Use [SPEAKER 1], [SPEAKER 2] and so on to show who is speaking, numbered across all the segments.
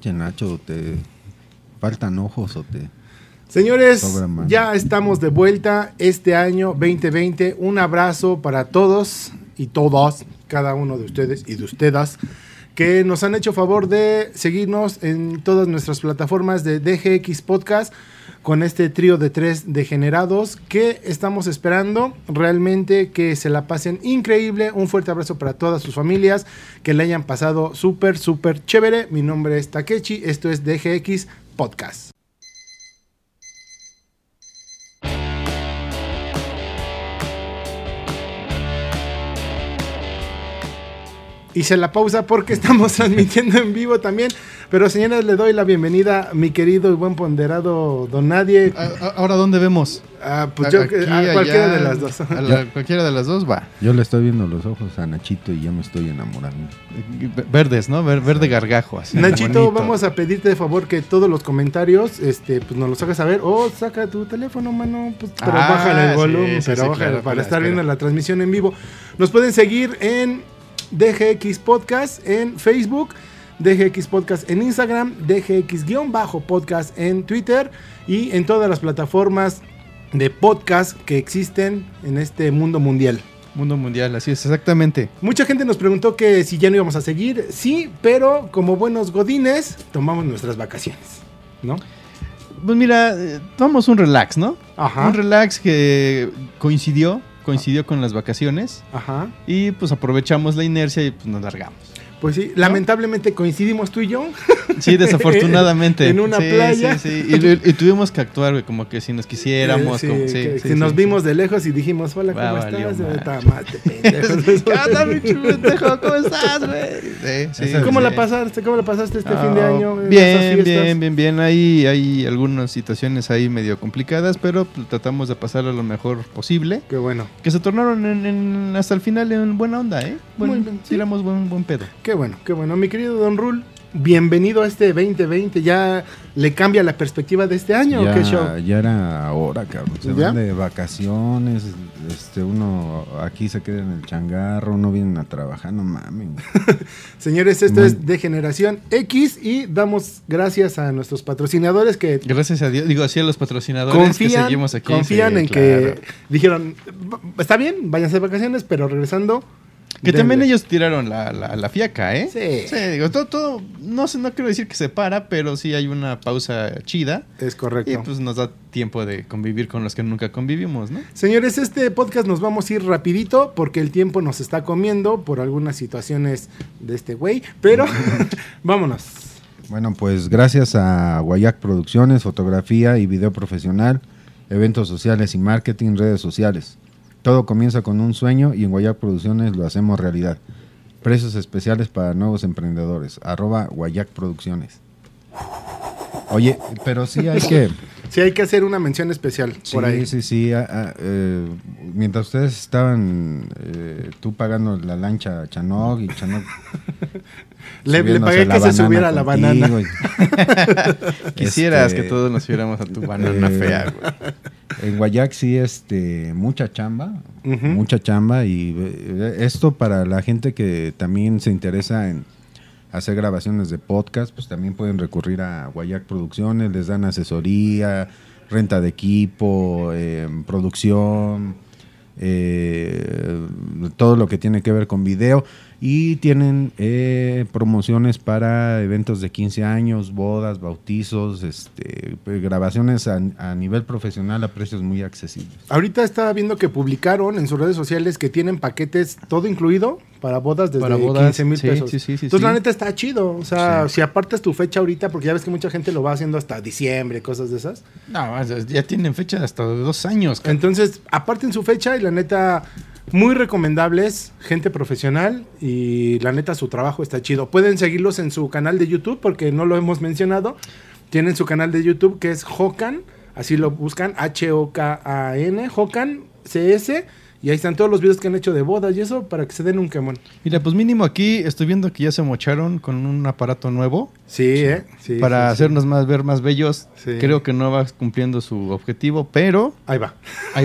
[SPEAKER 1] Che, Nacho, te faltan ojos o te...
[SPEAKER 2] Señores,
[SPEAKER 1] Sobra, mano.
[SPEAKER 2] ya estamos de vuelta este año 2020. Un abrazo para todos y todas, cada uno de ustedes y de ustedes que nos han hecho favor de seguirnos en todas nuestras plataformas de DGX Podcast con este trío de tres degenerados que estamos esperando realmente que se la pasen increíble. Un fuerte abrazo para todas sus familias, que le hayan pasado súper, súper chévere. Mi nombre es Takechi, esto es DGX Podcast. hice la pausa porque estamos transmitiendo en vivo también. Pero señores, le doy la bienvenida a mi querido y buen ponderado Don Nadie.
[SPEAKER 3] A- a- Ahora, ¿dónde vemos?
[SPEAKER 2] Ah, pues yo,
[SPEAKER 3] Aquí,
[SPEAKER 2] a cualquiera
[SPEAKER 3] allá,
[SPEAKER 2] de las dos.
[SPEAKER 3] a la- cualquiera de las dos va.
[SPEAKER 1] Yo le estoy viendo los ojos a Nachito y ya me estoy enamorando.
[SPEAKER 3] V- Verdes, ¿no? Ver- Verde gargajo. así,
[SPEAKER 2] Nachito,
[SPEAKER 3] bonito.
[SPEAKER 2] vamos a pedirte de favor que todos los comentarios este, pues nos los hagas saber. O saca tu teléfono, mano. Pues, pero
[SPEAKER 3] Ah,
[SPEAKER 2] bájale el
[SPEAKER 3] sí,
[SPEAKER 2] volumen,
[SPEAKER 3] sí,
[SPEAKER 2] pero
[SPEAKER 3] sí,
[SPEAKER 2] bájale
[SPEAKER 3] claro,
[SPEAKER 2] para
[SPEAKER 3] claro,
[SPEAKER 2] estar
[SPEAKER 3] claro.
[SPEAKER 2] viendo la transmisión en vivo. Nos pueden seguir en DGX Podcast en Facebook, DGX Podcast en Instagram, DGX-podcast en Twitter y en todas las plataformas de podcast que existen en este mundo mundial.
[SPEAKER 3] Mundo mundial, así es, exactamente.
[SPEAKER 2] Mucha gente nos preguntó que si ya no íbamos a seguir. Sí, pero como buenos godines, tomamos nuestras vacaciones. ¿No?
[SPEAKER 3] Pues mira, eh, tomamos un relax, ¿no?
[SPEAKER 2] Ajá.
[SPEAKER 3] Un relax que coincidió, coincidió con las vacaciones
[SPEAKER 2] Ajá.
[SPEAKER 3] y pues aprovechamos la inercia y pues nos largamos.
[SPEAKER 2] Pues sí, lamentablemente coincidimos tú y yo.
[SPEAKER 3] Sí, desafortunadamente.
[SPEAKER 2] En una
[SPEAKER 3] Sí,
[SPEAKER 2] playa.
[SPEAKER 3] Sí, sí. Y, y tuvimos que actuar, güey, como que si nos quisiéramos.
[SPEAKER 2] Sí,
[SPEAKER 3] como- sí,
[SPEAKER 2] que-
[SPEAKER 3] sí,
[SPEAKER 2] que
[SPEAKER 3] sí,
[SPEAKER 2] nos
[SPEAKER 3] sí.
[SPEAKER 2] vimos de lejos y dijimos, hola,
[SPEAKER 3] Va,
[SPEAKER 2] ¿cómo
[SPEAKER 3] valió
[SPEAKER 2] estás?
[SPEAKER 3] madre.
[SPEAKER 2] Puta madre, pendejo.
[SPEAKER 3] ¿Qué onda, mi chupentejo? ¿Cómo estás, güey? Sí, sí,
[SPEAKER 2] ¿Cómo
[SPEAKER 3] sí.
[SPEAKER 2] la pasaste? ¿Cómo la pasaste este
[SPEAKER 3] Ah,
[SPEAKER 2] fin de año? en esas
[SPEAKER 3] Bien,
[SPEAKER 2] fiestas?
[SPEAKER 3] bien, bien, bien. Hay, hay algunas situaciones ahí medio complicadas, pero pues, tratamos de pasarla lo mejor posible.
[SPEAKER 2] Qué bueno,
[SPEAKER 3] Que se tornaron en- en- hasta el final en buena onda, ¿eh? Bueno,
[SPEAKER 2] Muy bien, sí.
[SPEAKER 3] tiramos buen, buen pedo.
[SPEAKER 2] qué bueno, qué bueno. Mi querido Don Rul, bienvenido a este 2020. ¿Ya le cambia la perspectiva de este año o qué show?
[SPEAKER 1] Ya, ya era hora, cabrón. Se
[SPEAKER 2] ¿Ya?
[SPEAKER 1] van de vacaciones, este, uno aquí se queda en el changarro, no vienen a trabajar, no mamen.
[SPEAKER 2] Señores, esto
[SPEAKER 1] Muy-
[SPEAKER 2] es de Generación X y damos gracias a nuestros patrocinadores que
[SPEAKER 3] Gracias a Dios, digo así a los patrocinadores que
[SPEAKER 2] confían,
[SPEAKER 3] seguimos aquí.
[SPEAKER 2] confían
[SPEAKER 3] Sí,
[SPEAKER 2] en
[SPEAKER 3] claro.
[SPEAKER 2] que dijeron, "B- está bien, váyanse de vacaciones, pero regresando.
[SPEAKER 3] Que también
[SPEAKER 2] denle".
[SPEAKER 3] ellos tiraron la, la, la fiaca, ¿eh?
[SPEAKER 2] Sí.
[SPEAKER 3] digo, todo, todo, no sé, no quiero decir que se para, pero sí hay una pausa chida.
[SPEAKER 2] Es correcto.
[SPEAKER 3] Y pues nos da tiempo de convivir con los que nunca convivimos, ¿no?
[SPEAKER 2] Señores, este podcast nos vamos a ir rapidito porque el tiempo nos está comiendo por algunas situaciones de este güey, pero vámonos.
[SPEAKER 1] Bueno, pues gracias a Guayac Producciones, fotografía y video profesional, eventos sociales y marketing, redes sociales. Todo comienza con un sueño y en Guayac Producciones lo hacemos realidad. Precios especiales para nuevos emprendedores. Arroba Guayac Producciones. Oye, pero sí hay que...
[SPEAKER 2] Sí, hay que hacer una mención especial
[SPEAKER 1] Sí,
[SPEAKER 2] por ahí.
[SPEAKER 1] sí, sí. ah, ah, eh, mientras ustedes estaban eh, tú pagando la lancha a Chanoc y Chanoc
[SPEAKER 2] Le, le
[SPEAKER 1] subiéndose
[SPEAKER 2] pagué
[SPEAKER 1] la
[SPEAKER 2] que se
[SPEAKER 1] banana
[SPEAKER 2] subiera la
[SPEAKER 1] contigo
[SPEAKER 2] banana.
[SPEAKER 1] y-
[SPEAKER 3] Quisieras
[SPEAKER 1] Este,
[SPEAKER 3] que todos nos fuéramos a tu banana
[SPEAKER 1] eh,
[SPEAKER 3] fea, güey.
[SPEAKER 1] En Guayac sí, este, mucha chamba,
[SPEAKER 2] Ujú.
[SPEAKER 1] mucha chamba y eh, esto para la gente que también se interesa en hacer grabaciones de podcast, pues también pueden recurrir a Guayac Producciones, les dan asesoría, renta de equipo, eh, producción, eh, todo lo que tiene que ver con video y tienen eh, promociones para eventos de 15 años, bodas, bautizos, este, grabaciones a, a nivel profesional a precios muy accesibles.
[SPEAKER 2] Ahorita estaba viendo que publicaron en sus redes sociales que tienen paquetes todo incluido para bodas desde
[SPEAKER 3] Para bodas,
[SPEAKER 2] 15 mil
[SPEAKER 3] sí,
[SPEAKER 2] pesos.
[SPEAKER 3] sí, sí, sí,
[SPEAKER 2] Entonces, la
[SPEAKER 3] sí.
[SPEAKER 2] neta está chido. O sea, si apartas tu fecha ahorita, porque ya ves que mucha gente lo va haciendo hasta diciembre, cosas de esas.
[SPEAKER 3] No, ya tienen fecha de hasta de dos años, cabrón.
[SPEAKER 2] Entonces, aparten su fecha y la neta, muy recomendables, gente profesional y la neta, su trabajo está chido. Pueden seguirlos en su canal de YouTube, porque no lo hemos mencionado. Tienen su canal de YouTube que es Hokan, así lo buscan, H-O-K-A-N, Hokan CS. Y ahí están todos los videos que han hecho de bodas y eso para que se den un quemón.
[SPEAKER 3] Mira, pues mínimo aquí estoy viendo que ya se mocharon con un aparato nuevo
[SPEAKER 2] Sí, ¿eh? Sí, sí,
[SPEAKER 3] para
[SPEAKER 2] sí.
[SPEAKER 3] hacernos más ver más bellos.
[SPEAKER 2] Sí.
[SPEAKER 3] Creo que no va cumpliendo su objetivo, pero
[SPEAKER 2] Ahí va.
[SPEAKER 3] ahí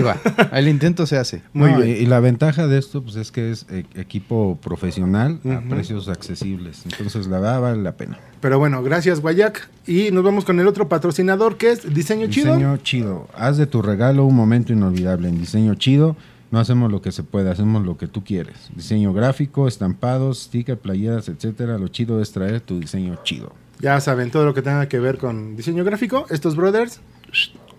[SPEAKER 3] va. El intento se hace.
[SPEAKER 2] Muy
[SPEAKER 1] No,
[SPEAKER 2] bien.
[SPEAKER 1] Y, y la ventaja de esto pues es que es e- equipo profesional a
[SPEAKER 2] Ujú.
[SPEAKER 1] precios accesibles. Entonces la verdad vale la pena.
[SPEAKER 2] Pero bueno, gracias, Guayac. Y nos vamos con el otro patrocinador que es Diseño, Chido.
[SPEAKER 1] Diseño chido. Haz de tu regalo un momento inolvidable. En diseño chido no hacemos lo que se puede, hacemos lo que tú quieres. Diseño gráfico, estampados, sticker, playeras, etcétera. Lo chido es traer tu diseño chido.
[SPEAKER 2] Ya saben, todo lo que tenga que ver con diseño gráfico, estos brothers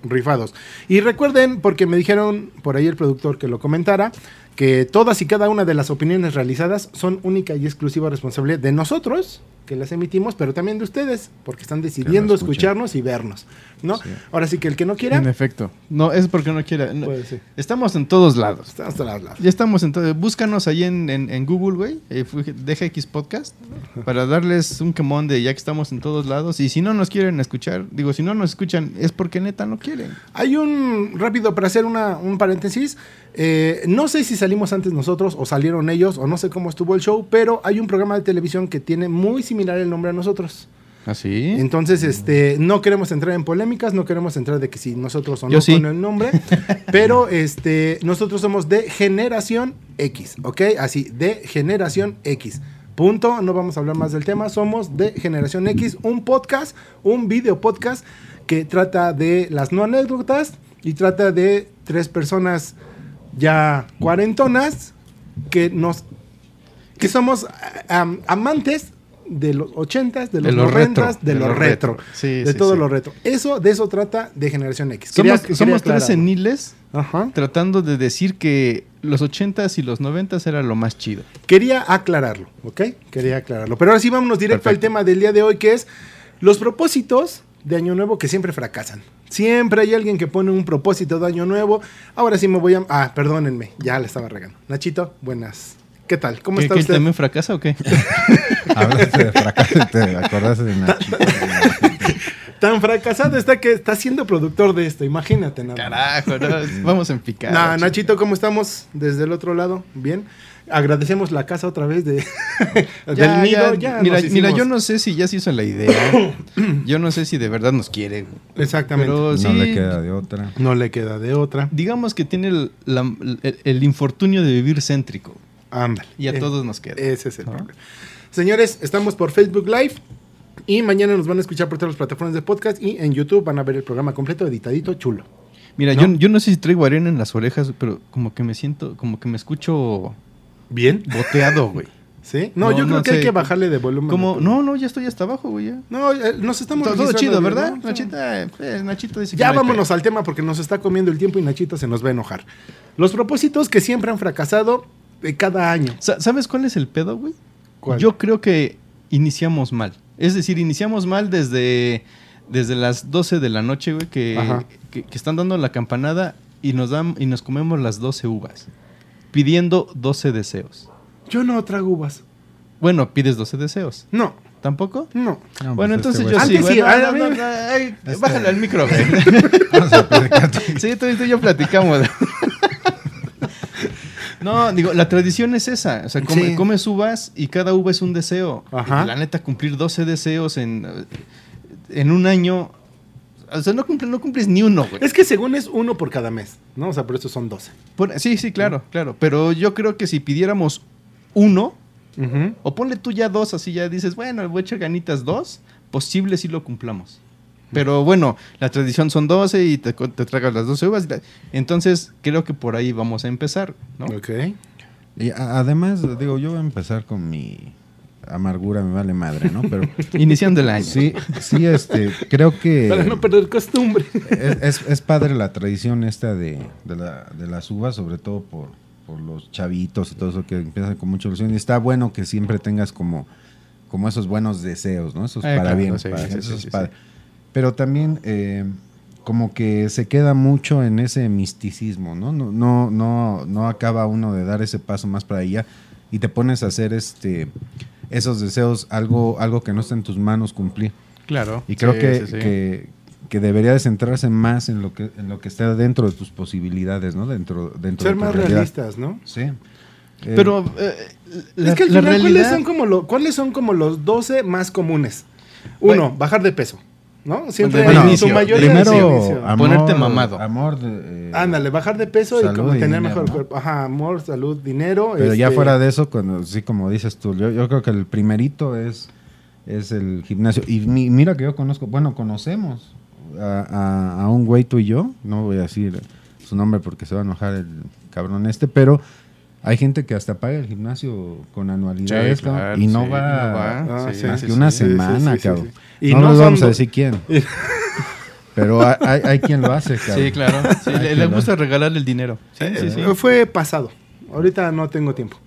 [SPEAKER 2] rifados. Y recuerden, porque me dijeron por ahí el productor que lo comentara, que todas y cada una de las opiniones realizadas son única y exclusiva responsabilidad de nosotros, que las emitimos, pero también de ustedes, porque están decidiendo
[SPEAKER 1] escuchen.
[SPEAKER 2] escucharnos y vernos, ¿no?
[SPEAKER 1] Sí.
[SPEAKER 2] Ahora sí que el que no quiera,
[SPEAKER 3] En efecto. No, es porque no quiera. No.
[SPEAKER 2] puede ser.
[SPEAKER 3] Estamos en todos lados.
[SPEAKER 2] Está hasta las- las-
[SPEAKER 3] Ya estamos en todo. Búscanos ahí en, en- en Google, güey. eh, fue- DGX Podcast. Para darles un quemón de ya que estamos en todos lados. Y si no nos quieren escuchar, digo, si no nos escuchan, es porque neta no quieren.
[SPEAKER 2] Hay un, rápido para hacer una, un paréntesis, eh, no sé si salimos antes nosotros o salieron ellos o no sé cómo estuvo el show, pero hay un programa de televisión que tiene muy similar el nombre a nosotros.
[SPEAKER 1] ¿Ah,
[SPEAKER 3] Así.
[SPEAKER 2] Entonces, este, no queremos entrar en polémicas, no queremos entrar de que si nosotros o no
[SPEAKER 3] Yo sí.
[SPEAKER 2] con el nombre, pero este, nosotros somos de generación X, ¿ok? Así, de generación X. Punto, no vamos a hablar más del tema, somos de generación X, un podcast, un video podcast que trata de las no anécdotas y trata de tres personas ya cuarentonas que nos que somos ah, am- amantes de los ochentas, de los
[SPEAKER 3] De lo
[SPEAKER 2] noventas,
[SPEAKER 3] retro,
[SPEAKER 2] de, lo retro,
[SPEAKER 3] Sí,
[SPEAKER 2] de
[SPEAKER 3] sí,
[SPEAKER 2] todo
[SPEAKER 3] sí.
[SPEAKER 2] lo retro. Eso, de eso trata de Generación X.
[SPEAKER 3] Somos,
[SPEAKER 2] Quería-
[SPEAKER 3] somos
[SPEAKER 2] quería
[SPEAKER 3] tres
[SPEAKER 2] aclararlo.
[SPEAKER 3] seniles
[SPEAKER 2] Ajá.
[SPEAKER 3] tratando de decir que los 80s y los 90s era lo más chido.
[SPEAKER 2] Quería aclararlo, ¿ok? Quería aclararlo. Pero ahora sí vámonos directo al
[SPEAKER 3] Perfecto.
[SPEAKER 2] tema del día de hoy, que es los propósitos de Año Nuevo que siempre fracasan. Siempre hay alguien que pone un propósito de Año Nuevo. Ahora sí me voy a... Ah, perdónenme, ya le estaba regando. Nachito, buenas. ¿Qué tal? ¿Cómo
[SPEAKER 3] ¿Qué,
[SPEAKER 2] está
[SPEAKER 3] qué,
[SPEAKER 2] usted?
[SPEAKER 3] también fracasa o qué?
[SPEAKER 1] Hablaste de fracaso y te acordaste de Nachito.
[SPEAKER 2] Tan fracasado está que está siendo productor de esto, imagínate nada. más.
[SPEAKER 3] Carajo, no, vamos en picada.
[SPEAKER 2] Nah,
[SPEAKER 3] chico.
[SPEAKER 2] Nachito, ¿cómo estamos? Desde el otro lado, bien. Agradecemos la casa otra vez de, del
[SPEAKER 3] Ya,
[SPEAKER 2] nido.
[SPEAKER 3] ya,
[SPEAKER 2] Ya
[SPEAKER 3] mira,
[SPEAKER 2] nos
[SPEAKER 3] mira, yo
[SPEAKER 2] hicimos.
[SPEAKER 3] no sé si ya se hizo la idea. yo no sé si de verdad nos quiere. güey.
[SPEAKER 2] Exactamente.
[SPEAKER 3] Pero Pues sí,
[SPEAKER 1] No le queda de otra.
[SPEAKER 2] No le queda de otra.
[SPEAKER 3] digamos que tiene el, la- el- el infortunio de vivir céntrico.
[SPEAKER 2] Ándale.
[SPEAKER 3] Y a
[SPEAKER 2] Eh,
[SPEAKER 3] todos nos queda.
[SPEAKER 2] Ese es el
[SPEAKER 3] ¿No?
[SPEAKER 2] problema. Señores, estamos por Facebook Live. Y mañana nos van a escuchar por todas las plataformas de podcast. Y en YouTube van a ver el programa completo, editadito, chulo.
[SPEAKER 3] Mira,
[SPEAKER 2] ¿no?
[SPEAKER 3] Yo, yo no sé si traigo arena en las orejas, pero como que me siento, como que me escucho
[SPEAKER 2] ¿Bien?
[SPEAKER 3] boteado, güey.
[SPEAKER 2] ¿Sí? No,
[SPEAKER 3] No,
[SPEAKER 2] yo creo
[SPEAKER 3] no
[SPEAKER 2] que hay
[SPEAKER 3] sé.
[SPEAKER 2] que bajarle de volumen.
[SPEAKER 3] Como,
[SPEAKER 2] Al-
[SPEAKER 3] no, no, ya estoy hasta abajo, güey. ya.
[SPEAKER 2] No, eh, nos estamos
[SPEAKER 3] Todo, todo chido,
[SPEAKER 2] registrando bien,
[SPEAKER 3] ¿verdad?
[SPEAKER 2] ¿no?
[SPEAKER 3] Nachito, eh, Nachito dice que
[SPEAKER 2] Ya
[SPEAKER 3] no hay
[SPEAKER 2] vámonos al tema porque nos está comiendo el tiempo y Nachito se nos va a enojar. Los propósitos que siempre han fracasado de cada año.
[SPEAKER 3] Sa- ¿Sabes cuál es el pedo, güey?
[SPEAKER 2] ¿Cuál?
[SPEAKER 3] Yo creo que iniciamos mal. Es decir, iniciamos mal desde, desde las 12 de la noche, güey, que,
[SPEAKER 2] Ajá.
[SPEAKER 3] que, que están dando la campanada y nos, dan, y nos comemos las 12 uvas, pidiendo 12 deseos.
[SPEAKER 2] Yo no trago uvas.
[SPEAKER 3] Bueno, pides 12 deseos.
[SPEAKER 2] No,
[SPEAKER 3] ¿Tampoco?
[SPEAKER 2] no.
[SPEAKER 1] No,
[SPEAKER 3] bueno,
[SPEAKER 1] pues,
[SPEAKER 3] entonces
[SPEAKER 1] este
[SPEAKER 3] yo
[SPEAKER 1] güey-
[SPEAKER 2] Antes sí,
[SPEAKER 3] sí, güey. No,
[SPEAKER 2] a
[SPEAKER 3] no,
[SPEAKER 2] mí-
[SPEAKER 3] no, no, ay,
[SPEAKER 1] Este-
[SPEAKER 3] Bájale al micro, güey.
[SPEAKER 1] Vamos a platicar de-
[SPEAKER 3] Sí, tú, tú y yo platicamos. No, digo, la tradición es esa. O sea, come-
[SPEAKER 2] Sí.
[SPEAKER 3] comes uvas y cada uva es un deseo.
[SPEAKER 2] Ajá.
[SPEAKER 3] Y La neta, cumplir 12 deseos en, en un año. O sea, no, cumple- no cumples ni uno, güey.
[SPEAKER 2] Es que según es uno por cada mes, ¿no? O sea, por eso son 12.
[SPEAKER 3] Por- sí, sí, claro, claro. Pero yo creo que si pidiéramos uno, o ponle tú ya dos, así ya dices, bueno, le voy a echar ganitas dos, posible si lo cumplamos. Pero bueno, la tradición son 12 y te, co- te tragas las 12 uvas. y la- Entonces, creo que por ahí vamos a empezar, ¿no?
[SPEAKER 2] Ok.
[SPEAKER 1] Y a- además, digo, yo voy a empezar con mi amargura, me vale madre, ¿no? Pero
[SPEAKER 3] Iniciando el año.
[SPEAKER 1] sí, sí, este, creo que...
[SPEAKER 2] Para no perder costumbre.
[SPEAKER 1] es, es- es padre la tradición esta de, de la, de las uvas, sobre todo por, por los chavitos y todo eso que empiezan con mucha ilusión. Y está bueno que siempre tengas como, como esos buenos deseos, ¿no? Esos
[SPEAKER 3] Eh, claro,
[SPEAKER 1] parabienes.
[SPEAKER 3] sí,
[SPEAKER 1] para-
[SPEAKER 3] sí,
[SPEAKER 1] eso
[SPEAKER 3] sí,
[SPEAKER 1] es
[SPEAKER 3] sí,
[SPEAKER 1] padre. Pero también eh, como que se queda mucho en ese misticismo, ¿no? No, no, no, no acaba uno de dar ese paso más para allá y te pones a hacer este esos deseos, algo, algo que no está en tus manos cumplir.
[SPEAKER 3] claro.
[SPEAKER 1] Y creo
[SPEAKER 3] Sí,
[SPEAKER 1] que,
[SPEAKER 3] sí, sí.
[SPEAKER 1] que- que debería de centrarse más en lo que en lo que está dentro de tus posibilidades, ¿no? Dentro, dentro
[SPEAKER 2] Ser
[SPEAKER 1] de tu
[SPEAKER 2] más
[SPEAKER 1] realidad.
[SPEAKER 2] realistas, ¿no?
[SPEAKER 1] Sí. Eh,
[SPEAKER 3] Pero eh, la-
[SPEAKER 2] es que al
[SPEAKER 3] la
[SPEAKER 2] final, ¿cuáles,
[SPEAKER 3] realidad-
[SPEAKER 2] son como lo- ¿cuáles son como los 12 más comunes? Uno,
[SPEAKER 3] Bueno.
[SPEAKER 2] bajar de peso, ¿no? Siempre
[SPEAKER 3] Desde el
[SPEAKER 2] su
[SPEAKER 3] inicio.
[SPEAKER 2] mayoría
[SPEAKER 1] primero
[SPEAKER 2] desde el inicio.
[SPEAKER 1] amor,
[SPEAKER 3] Ponerte mamado.
[SPEAKER 1] Amor de, eh,
[SPEAKER 2] Ándale, bajar de peso y
[SPEAKER 1] Salud
[SPEAKER 2] como
[SPEAKER 1] y
[SPEAKER 2] tener
[SPEAKER 1] dinero,
[SPEAKER 2] mejor
[SPEAKER 1] ¿no?
[SPEAKER 2] cuerpo. Ajá, amor, salud, dinero.
[SPEAKER 1] Pero ya
[SPEAKER 2] este,
[SPEAKER 1] fuera de eso, cuando sí, como dices tú, yo, yo creo que el primerito es, es el gimnasio. Y mi- mira que yo conozco, bueno, conocemos a, a- a un güey tú y yo, no voy a decir su nombre porque se va a enojar el cabrón este, pero hay gente que hasta paga el gimnasio con anualidades
[SPEAKER 3] Sí,
[SPEAKER 1] cabrón,
[SPEAKER 3] claro,
[SPEAKER 1] y no
[SPEAKER 3] sí,
[SPEAKER 1] va,
[SPEAKER 3] no va,
[SPEAKER 2] Ah, sí,
[SPEAKER 1] más
[SPEAKER 2] sí,
[SPEAKER 1] que una
[SPEAKER 2] sí,
[SPEAKER 1] semana,
[SPEAKER 2] sí, sí,
[SPEAKER 1] cabrón.
[SPEAKER 2] sí. Y
[SPEAKER 1] no,
[SPEAKER 2] no
[SPEAKER 1] nos
[SPEAKER 2] son
[SPEAKER 1] vamos a
[SPEAKER 2] do-
[SPEAKER 1] decir quién, pero hay, hay- hay quien lo hace, cabrón.
[SPEAKER 3] Sí, claro. Sí, le, le
[SPEAKER 1] Claro.
[SPEAKER 3] gusta regalarle el dinero. Sí, sí, sí.
[SPEAKER 2] Eh, Fue pasado. Ahorita no tengo tiempo.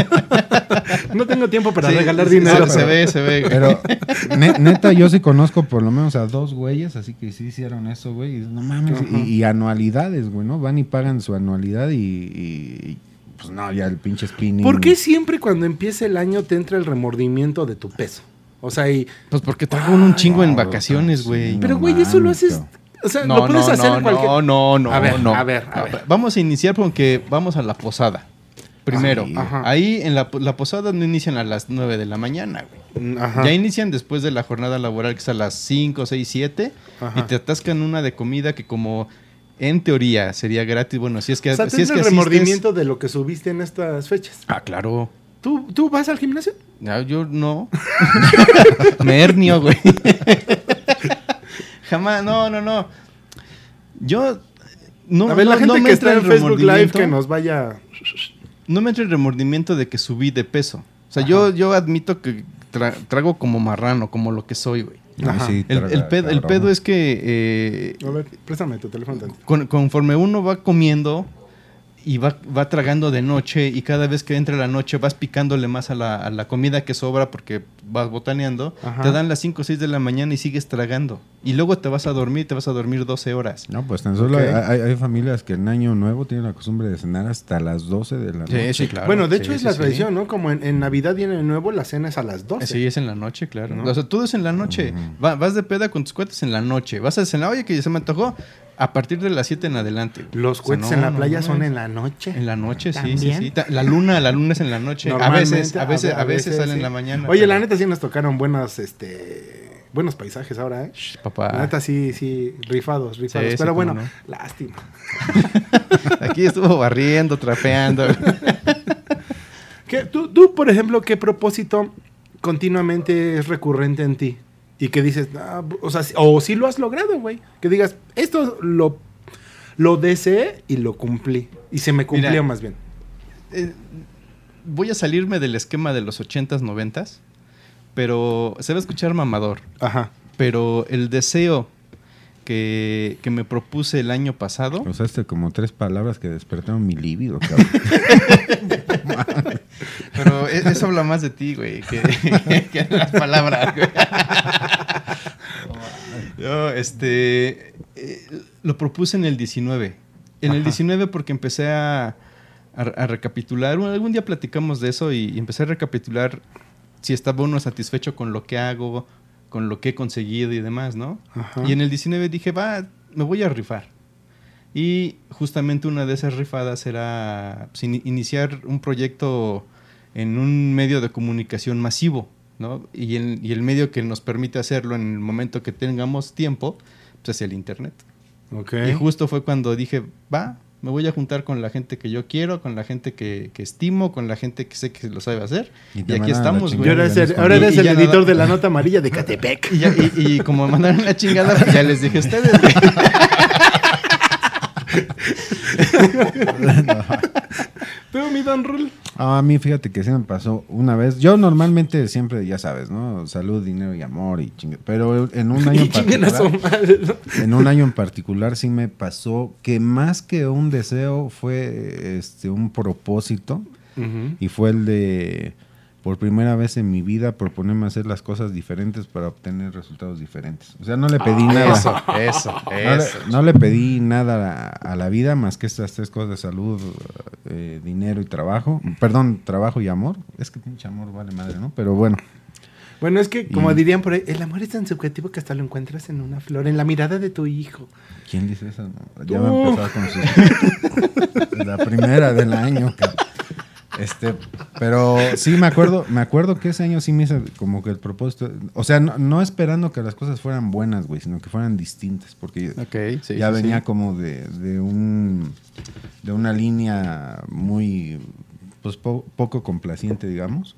[SPEAKER 2] no tengo tiempo para
[SPEAKER 3] Sí,
[SPEAKER 2] regalar
[SPEAKER 3] sí, sí,
[SPEAKER 2] dinero.
[SPEAKER 3] Se ve, se ve. güey.
[SPEAKER 1] Pero ne- neta, yo sí conozco por lo menos a dos güeyes, así que sí hicieron eso, güey. Y, no mames, y, y anualidades, güey, ¿no? Van y pagan su anualidad y, y- pues no, ya el pinche spinning.
[SPEAKER 2] ¿Por qué siempre cuando empieza el año te entra el remordimiento de tu peso? O sea, y...
[SPEAKER 3] Pues porque trajo un chingo en
[SPEAKER 1] no,
[SPEAKER 3] vacaciones, güey.
[SPEAKER 1] no
[SPEAKER 2] Pero, güey, eso lo
[SPEAKER 1] mames,
[SPEAKER 2] haces...
[SPEAKER 1] cabrón.
[SPEAKER 2] O sea, lo puedes hacer
[SPEAKER 3] no,
[SPEAKER 2] en cualquier...
[SPEAKER 3] no, no, no,
[SPEAKER 2] A ver,
[SPEAKER 3] no.
[SPEAKER 2] a ver, a ver.
[SPEAKER 3] Vamos a iniciar porque vamos a la posada. Primero,
[SPEAKER 1] Ay,
[SPEAKER 2] ajá.
[SPEAKER 3] ahí en la, po- la posada no inician a las 9 de la mañana, güey.
[SPEAKER 2] Mm, Ajá.
[SPEAKER 3] Ya inician después de la jornada laboral que es a las 5, 6, 7
[SPEAKER 2] Ajá.
[SPEAKER 3] y te atascan una de comida que como en teoría sería gratis, bueno, si es que
[SPEAKER 2] O sea,
[SPEAKER 3] si es
[SPEAKER 2] tienes
[SPEAKER 3] que
[SPEAKER 2] el
[SPEAKER 3] asistes-
[SPEAKER 2] remordimiento de lo que subiste en estas fechas.
[SPEAKER 3] Ah, claro.
[SPEAKER 2] ¿Tú, tú vas al gimnasio?
[SPEAKER 3] No, Ah, yo no. Me hernio, güey. Jamás, no, no, no. Yo no
[SPEAKER 2] a ver, la
[SPEAKER 3] no- no
[SPEAKER 2] gente
[SPEAKER 3] me
[SPEAKER 2] que
[SPEAKER 3] entra
[SPEAKER 2] está en
[SPEAKER 3] el
[SPEAKER 2] Facebook Live que
[SPEAKER 3] remordimiento.
[SPEAKER 2] nos vaya...
[SPEAKER 3] no me entra el remordimiento de que subí de peso. O sea, yo, yo admito que tra- trago como marrano, como lo que soy, güey.
[SPEAKER 1] Ay, sí,
[SPEAKER 3] El, el
[SPEAKER 1] traga,
[SPEAKER 3] pedo, el
[SPEAKER 1] cabrón.
[SPEAKER 3] pedo es que eh,
[SPEAKER 2] A ver, préstame tu teléfono tantito.
[SPEAKER 3] con- conforme uno va comiendo y va, va tragando de noche y cada vez que entra la noche vas picándole más a la, a la comida que sobra porque vas botaneando,
[SPEAKER 2] Ajá.
[SPEAKER 3] te dan las 5 o 6 de la mañana y sigues tragando. Y luego te vas a dormir, te vas a dormir 12 horas.
[SPEAKER 1] No, pues tan solo
[SPEAKER 2] Ok.
[SPEAKER 1] hay, hay- hay familias que en Año Nuevo tienen la costumbre de cenar hasta las 12 de la noche.
[SPEAKER 3] claro.
[SPEAKER 2] Bueno, de hecho
[SPEAKER 3] Sí,
[SPEAKER 2] es
[SPEAKER 3] sí,
[SPEAKER 2] la
[SPEAKER 3] sí.
[SPEAKER 2] tradición, ¿no? Como en, en Navidad y en el Nuevo la cena es a las 12.
[SPEAKER 3] Sí, es en la noche, claro.
[SPEAKER 2] ¿No?
[SPEAKER 3] O sea, todo es en la noche. Va- vas de peda con tus cuates en la noche. Vas a cenar, oye, que ya se me antojó. A partir de las 7 en adelante. güey.
[SPEAKER 2] Los
[SPEAKER 3] O sea,
[SPEAKER 2] cohetes
[SPEAKER 3] no,
[SPEAKER 2] en la
[SPEAKER 3] no
[SPEAKER 2] playa son
[SPEAKER 3] mames.
[SPEAKER 2] en la noche.
[SPEAKER 3] En la noche, sí, sí,
[SPEAKER 2] ¿También?
[SPEAKER 3] sí. Ta- La luna, la luna es en la noche. A veces,
[SPEAKER 2] Normalmente,
[SPEAKER 3] a veces, a veces sale
[SPEAKER 2] sí.
[SPEAKER 3] en la mañana.
[SPEAKER 2] Oye, la neta sí nos tocaron buenas, este, buenos paisajes ahora, ¿eh?
[SPEAKER 3] Shh, papá.
[SPEAKER 2] La neta sí, sí, rifados, rifados.
[SPEAKER 3] Ah. sí,
[SPEAKER 2] Pero
[SPEAKER 3] cómo
[SPEAKER 2] bueno,
[SPEAKER 3] no.
[SPEAKER 2] lástima.
[SPEAKER 3] Aquí estuvo barriendo, trapeando.
[SPEAKER 2] ¿Qué- tú, tú, por ejemplo, qué propósito continuamente es recurrente en ti? Y que dices, "Ah, bu- o sea, sí- o si lo has logrado, güey. Que digas, esto lo, lo deseé y lo cumplí. Y se me cumplió
[SPEAKER 3] Mira.
[SPEAKER 2] más bien.
[SPEAKER 3] Eh, Voy a salirme del esquema de los 80s, 90s. Pero se va a escuchar mamador.
[SPEAKER 2] Ajá.
[SPEAKER 3] Pero el deseo que, que me propuse el año pasado.
[SPEAKER 1] Usaste este, como tres palabras que despertaron mi líbido, cabrón.
[SPEAKER 3] Pero e- eso habla más de ti, güey, que, que- que de las palabras, güey. Yo, este, eh, lo propuse en el 19. En el
[SPEAKER 2] Ajá.
[SPEAKER 3] 19 porque empecé a, a- a recapitular. Bueno, algún día platicamos de eso y, y empecé a recapitular si estaba uno satisfecho con lo que hago, con lo que he conseguido y demás, ¿no?
[SPEAKER 2] Ajá.
[SPEAKER 3] Y en el 19 dije, va, me voy a rifar. Y justamente una de esas rifadas era pues, ini- iniciar un proyecto en un medio de comunicación masivo, ¿no? Y el, y el medio que nos permite hacerlo en el momento que tengamos tiempo, pues es el Internet.
[SPEAKER 2] Ok.
[SPEAKER 3] Y justo fue cuando dije, va, me voy a juntar con la gente que yo quiero, con la gente que, que estimo, con la gente que sé que lo sabe hacer.
[SPEAKER 1] Y
[SPEAKER 3] Y,
[SPEAKER 1] te
[SPEAKER 3] aquí
[SPEAKER 1] mandaron a la
[SPEAKER 3] estamos,
[SPEAKER 1] chingada.
[SPEAKER 2] Y
[SPEAKER 3] güey.
[SPEAKER 2] ahora, es el,
[SPEAKER 1] Bueno,
[SPEAKER 2] ahora
[SPEAKER 3] y-
[SPEAKER 2] eres
[SPEAKER 3] y
[SPEAKER 2] el
[SPEAKER 3] ya
[SPEAKER 2] editor
[SPEAKER 3] nada-
[SPEAKER 2] de la nota amarilla de Catepec.
[SPEAKER 3] Y, ya- y- y como me mandaron la chingada, pues ya les dije a ustedes. güey.
[SPEAKER 2] Pero mi Don Rul.
[SPEAKER 1] Ah, A mí, fíjate que sí me pasó una vez. Yo normalmente siempre, ya sabes, ¿no? Salud, dinero y amor y chingue. Pero en un año
[SPEAKER 2] Y
[SPEAKER 1] en
[SPEAKER 2] chinguen a su
[SPEAKER 1] particular,
[SPEAKER 2] madre, ¿no?
[SPEAKER 1] en un año en particular sí me pasó que más que un deseo fue este un propósito y fue el de por primera vez en mi vida proponerme hacer las cosas diferentes para obtener resultados diferentes. O sea, no le pedí nada.
[SPEAKER 3] Ah, Eso, eso,
[SPEAKER 1] No le,
[SPEAKER 3] eso.
[SPEAKER 1] no le pedí nada a, a la vida más que estas tres cosas de salud, eh, dinero y trabajo. Perdón, trabajo y amor. Es que pinche amor vale madre, ¿no? Pero bueno.
[SPEAKER 2] Bueno, es que, como
[SPEAKER 1] Y-
[SPEAKER 2] dirían por ahí, el amor es tan subjetivo que hasta lo encuentras en una flor, en la mirada de tu hijo.
[SPEAKER 1] ¿Quién dice eso? No, ya va
[SPEAKER 2] Tú.
[SPEAKER 1] a empezar con sus... La primera del año. cabrón. Este, pero sí me acuerdo, me acuerdo que ese año sí me hice como que el propósito, o sea, no, no esperando que las cosas fueran buenas, güey, sino que fueran distintas, porque
[SPEAKER 3] Ok, sí.
[SPEAKER 1] ya
[SPEAKER 3] sí,
[SPEAKER 1] venía
[SPEAKER 3] sí.
[SPEAKER 1] como de, de un de una línea muy pues po- poco complaciente, digamos.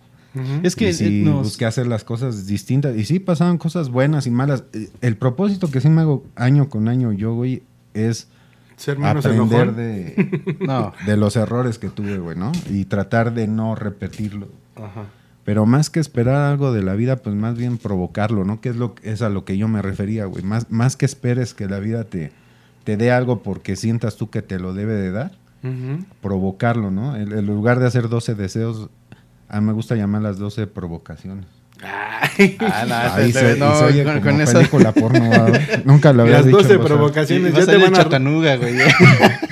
[SPEAKER 3] Es que
[SPEAKER 1] y sí
[SPEAKER 3] eh, nos-
[SPEAKER 1] busqué hacer las cosas distintas. Y sí pasaban cosas buenas y malas. Eh, El propósito que sí me hago año con año yo, güey, es
[SPEAKER 2] Ser menos
[SPEAKER 1] aprender
[SPEAKER 2] enojón.
[SPEAKER 1] de,
[SPEAKER 3] No.
[SPEAKER 1] de los errores que tuve, güey, ¿no? Y tratar de no repetirlo.
[SPEAKER 2] Ajá.
[SPEAKER 1] Pero más que esperar algo de la vida, pues más bien provocarlo, ¿no? Que es, lo, es a lo que yo me refería, güey. Más, más que esperes que la vida te, te dé algo porque sientas tú que te lo debe de dar
[SPEAKER 2] Ujú.
[SPEAKER 1] provocarlo, ¿no? En en lugar de hacer 12 deseos, a mí me gusta llamar las 12 provocaciones.
[SPEAKER 2] Ay.
[SPEAKER 3] Ah, no,
[SPEAKER 1] Ahí
[SPEAKER 3] este-
[SPEAKER 1] se,
[SPEAKER 3] no,
[SPEAKER 1] y se oye
[SPEAKER 3] con,
[SPEAKER 1] como
[SPEAKER 3] con esa.
[SPEAKER 1] película porno, ¿verdad? Nunca lo había
[SPEAKER 2] Las
[SPEAKER 1] dicho.
[SPEAKER 2] 12
[SPEAKER 1] en voz alta.
[SPEAKER 2] provocaciones,
[SPEAKER 3] Va a
[SPEAKER 2] ya te
[SPEAKER 3] salir
[SPEAKER 2] van a,
[SPEAKER 3] chatanuga, güey.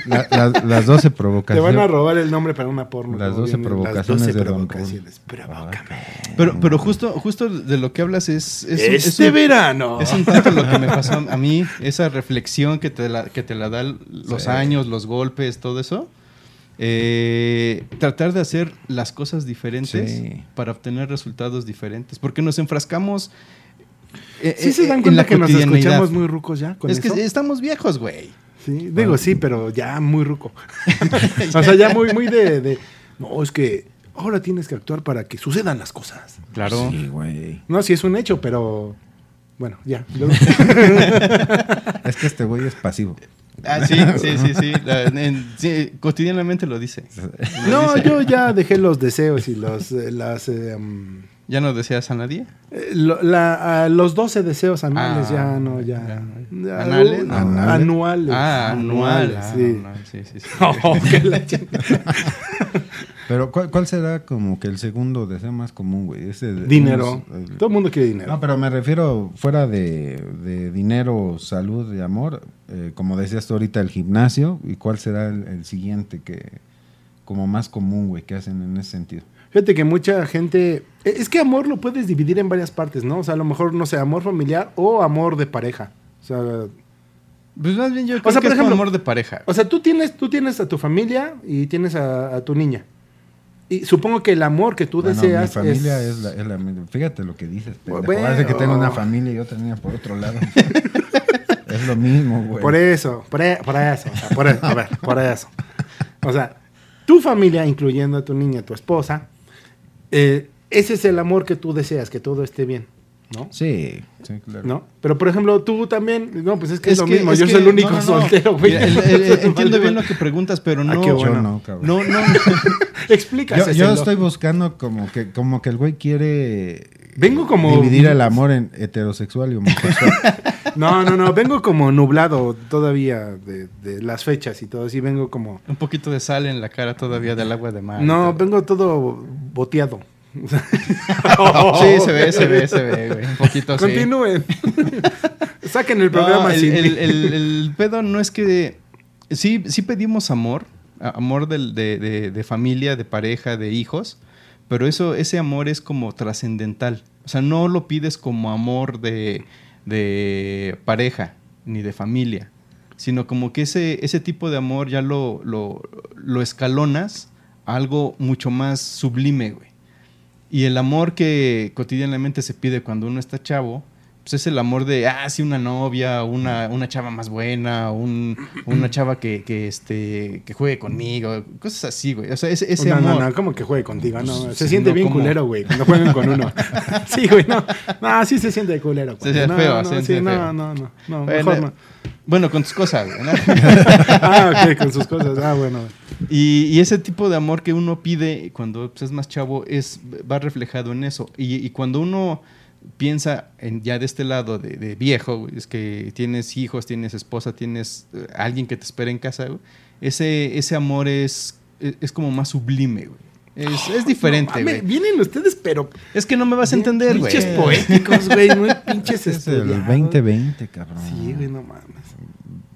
[SPEAKER 1] La- la- las 12
[SPEAKER 2] te
[SPEAKER 1] provocaciones.
[SPEAKER 2] van a robar el nombre para una porno.
[SPEAKER 1] Las
[SPEAKER 2] como
[SPEAKER 1] 12
[SPEAKER 2] bien-
[SPEAKER 1] provocaciones
[SPEAKER 2] Las 12
[SPEAKER 1] de Don
[SPEAKER 2] provocaciones. Provócame.
[SPEAKER 3] Pero, pero justo, justo de lo que hablas es. es un- es
[SPEAKER 2] este
[SPEAKER 3] un-
[SPEAKER 2] verano.
[SPEAKER 3] Es un tanto lo que me pasó a mí, esa reflexión que te la, que te la da l- los
[SPEAKER 1] Sí.
[SPEAKER 3] años, los golpes, todo eso. Eh, tratar de hacer las cosas diferentes
[SPEAKER 1] Sí.
[SPEAKER 3] para obtener resultados diferentes. Porque nos enfrascamos. eh,
[SPEAKER 2] ¿Sí
[SPEAKER 3] eh,
[SPEAKER 2] se dan
[SPEAKER 3] en
[SPEAKER 2] cuenta
[SPEAKER 3] la
[SPEAKER 2] que nos
[SPEAKER 3] cotidianidad.
[SPEAKER 2] escuchamos muy rucos ya? Con
[SPEAKER 3] Es
[SPEAKER 2] eso?
[SPEAKER 3] que estamos viejos, güey.
[SPEAKER 2] Sí, digo sí, pero ya muy ruco. o sea, ya muy, muy de, de- No, es que ahora tienes que actuar para que sucedan las cosas.
[SPEAKER 3] Claro.
[SPEAKER 1] Sí, güey.
[SPEAKER 2] No, sí es un hecho, pero. Bueno, ya. luego-
[SPEAKER 1] Es que este güey es pasivo.
[SPEAKER 3] Ah, sí, sí, sí, sí. La- en- sí, cotidianamente lo dice. Lo
[SPEAKER 2] no,
[SPEAKER 3] dice.
[SPEAKER 2] yo ya dejé los deseos y los, eh, las, eh, um,
[SPEAKER 3] ¿Ya no deseas a nadie?
[SPEAKER 2] eh, lo- la- ah, los 12 deseos anuales,
[SPEAKER 3] Ah,
[SPEAKER 2] ya no, ya.
[SPEAKER 3] ya.
[SPEAKER 2] ya,
[SPEAKER 3] ¿Anales?
[SPEAKER 2] uh,
[SPEAKER 3] No.
[SPEAKER 2] Anuales.
[SPEAKER 3] Ah,
[SPEAKER 2] anuales,
[SPEAKER 3] anual. Ah,
[SPEAKER 2] sí.
[SPEAKER 3] no, sí, sí, sí.
[SPEAKER 2] Oh, qué la ching-
[SPEAKER 1] Pero, ¿cuál, cuál será como que el segundo deseo más común, güey? Ese de-
[SPEAKER 2] dinero.
[SPEAKER 1] unos, eh,
[SPEAKER 2] Todo el mundo quiere dinero.
[SPEAKER 1] No, pero me refiero fuera de, de dinero, salud y amor, eh, como decías tú ahorita, el gimnasio, ¿y cuál será el, el siguiente que como más común, güey, que hacen en ese sentido?
[SPEAKER 2] Fíjate que mucha gente. e- Es que amor lo puedes dividir en varias partes, ¿no? O sea, a lo mejor, no sé, amor familiar o amor de pareja. O sea,
[SPEAKER 3] Pues más bien yo creo
[SPEAKER 2] sea,
[SPEAKER 3] que
[SPEAKER 2] por
[SPEAKER 3] es como
[SPEAKER 2] ejemplo-
[SPEAKER 3] amor de pareja.
[SPEAKER 2] o sea tú, tienes, tú tienes a tu familia y tienes a, a tu niña. Y supongo que el amor que tú
[SPEAKER 1] Bueno, Ah, mi
[SPEAKER 2] deseas.
[SPEAKER 1] familia es, la, es la misma. Fíjate lo que dices, pendejo.
[SPEAKER 2] Bueno.
[SPEAKER 1] Parece que tengo una familia y otra niña por otro lado. es lo mismo, güey.
[SPEAKER 2] Por eso, por, e- por eso, o sea, por eso, a ver, por eso. O sea, tu familia, incluyendo a tu niña, tu esposa, eh, ese es el amor que tú deseas, que todo esté bien, ¿no?
[SPEAKER 1] Sí, sí, claro.
[SPEAKER 2] ¿No? Pero por ejemplo, tú también, no, pues es que es,
[SPEAKER 3] Es
[SPEAKER 2] lo
[SPEAKER 3] que-
[SPEAKER 2] mismo,
[SPEAKER 3] es
[SPEAKER 2] yo
[SPEAKER 3] que-
[SPEAKER 2] soy el único
[SPEAKER 3] no, no, no.
[SPEAKER 2] soltero, güey. Ah,
[SPEAKER 3] Mira, el- el- el- entiendo bien lo que preguntas, pero no.
[SPEAKER 2] qué
[SPEAKER 1] Yo
[SPEAKER 2] bueno.
[SPEAKER 1] no, cabrón.
[SPEAKER 3] No, no.
[SPEAKER 1] Yo,
[SPEAKER 2] Explícase.
[SPEAKER 1] yo estoy buscando como que como que el güey quiere eh,
[SPEAKER 2] Vengo como-
[SPEAKER 1] dividir el amor en heterosexual y homosexual.
[SPEAKER 2] No, no, no, vengo como nublado todavía de, de las fechas y todo así, vengo como...
[SPEAKER 3] Un poquito de sal en la cara todavía del agua de mar.
[SPEAKER 2] No,
[SPEAKER 3] pero...
[SPEAKER 2] vengo todo boteado.
[SPEAKER 3] Sí, se ve, se ve, se ve, güey. Un poquito sí.
[SPEAKER 2] Continúen. Saquen el
[SPEAKER 3] No,
[SPEAKER 2] programa
[SPEAKER 3] el,
[SPEAKER 2] sin mí.
[SPEAKER 3] el- el- el pedo no es que. Sí, sí pedimos amor. a- Amor del- de, de- de familia, de pareja, de hijos. Pero eso, ese amor es como trascendental. O sea, no lo pides como amor de, de pareja ni de familia. Sino como que ese, ese tipo de amor ya lo, lo, lo escalonas a algo mucho más sublime, güey. Y el amor que cotidianamente se pide cuando uno está chavo, pues es el amor de, ah, sí, una novia, una, una chava más buena, un, una chava que, que, este, que juegue conmigo, cosas así, güey. O sea, ese, ese
[SPEAKER 2] no,
[SPEAKER 3] amor.
[SPEAKER 2] no, no, ¿cómo que juegue contigo? No,
[SPEAKER 3] Pues,
[SPEAKER 2] se
[SPEAKER 3] sí,
[SPEAKER 2] siente
[SPEAKER 3] no,
[SPEAKER 2] bien
[SPEAKER 3] ¿cómo?
[SPEAKER 2] culero, güey, cuando juegan con uno. Sí, güey, no. No, sí se siente culero. güey.
[SPEAKER 3] siente
[SPEAKER 2] no,
[SPEAKER 3] feo,
[SPEAKER 2] no,
[SPEAKER 3] se
[SPEAKER 2] sí,
[SPEAKER 3] siente
[SPEAKER 2] no,
[SPEAKER 3] feo.
[SPEAKER 2] no, no, no,
[SPEAKER 3] Bueno,
[SPEAKER 2] mejor no.
[SPEAKER 3] bueno, con tus cosas, güey, ¿no?
[SPEAKER 2] Ah, ok, con sus cosas. Ah, bueno.
[SPEAKER 3] Y, y ese tipo de amor que uno pide cuando pues, es más chavo es, va reflejado en eso. Y, y cuando uno piensa en, ya de este lado de, de viejo, güey, es que tienes hijos, tienes esposa, tienes eh, alguien que te espera en casa, güey, ese, ese amor es, es, es como más sublime, güey. Es, es diferente,
[SPEAKER 2] No mames,
[SPEAKER 3] güey.
[SPEAKER 2] vienen ustedes, pero
[SPEAKER 3] es que no me vas a entender, güey.
[SPEAKER 2] pinches poéticos, güey, no hay pinches
[SPEAKER 1] Ese es el
[SPEAKER 2] estudiados.
[SPEAKER 1] 2020, cabrón.
[SPEAKER 2] Sí, güey, no mames.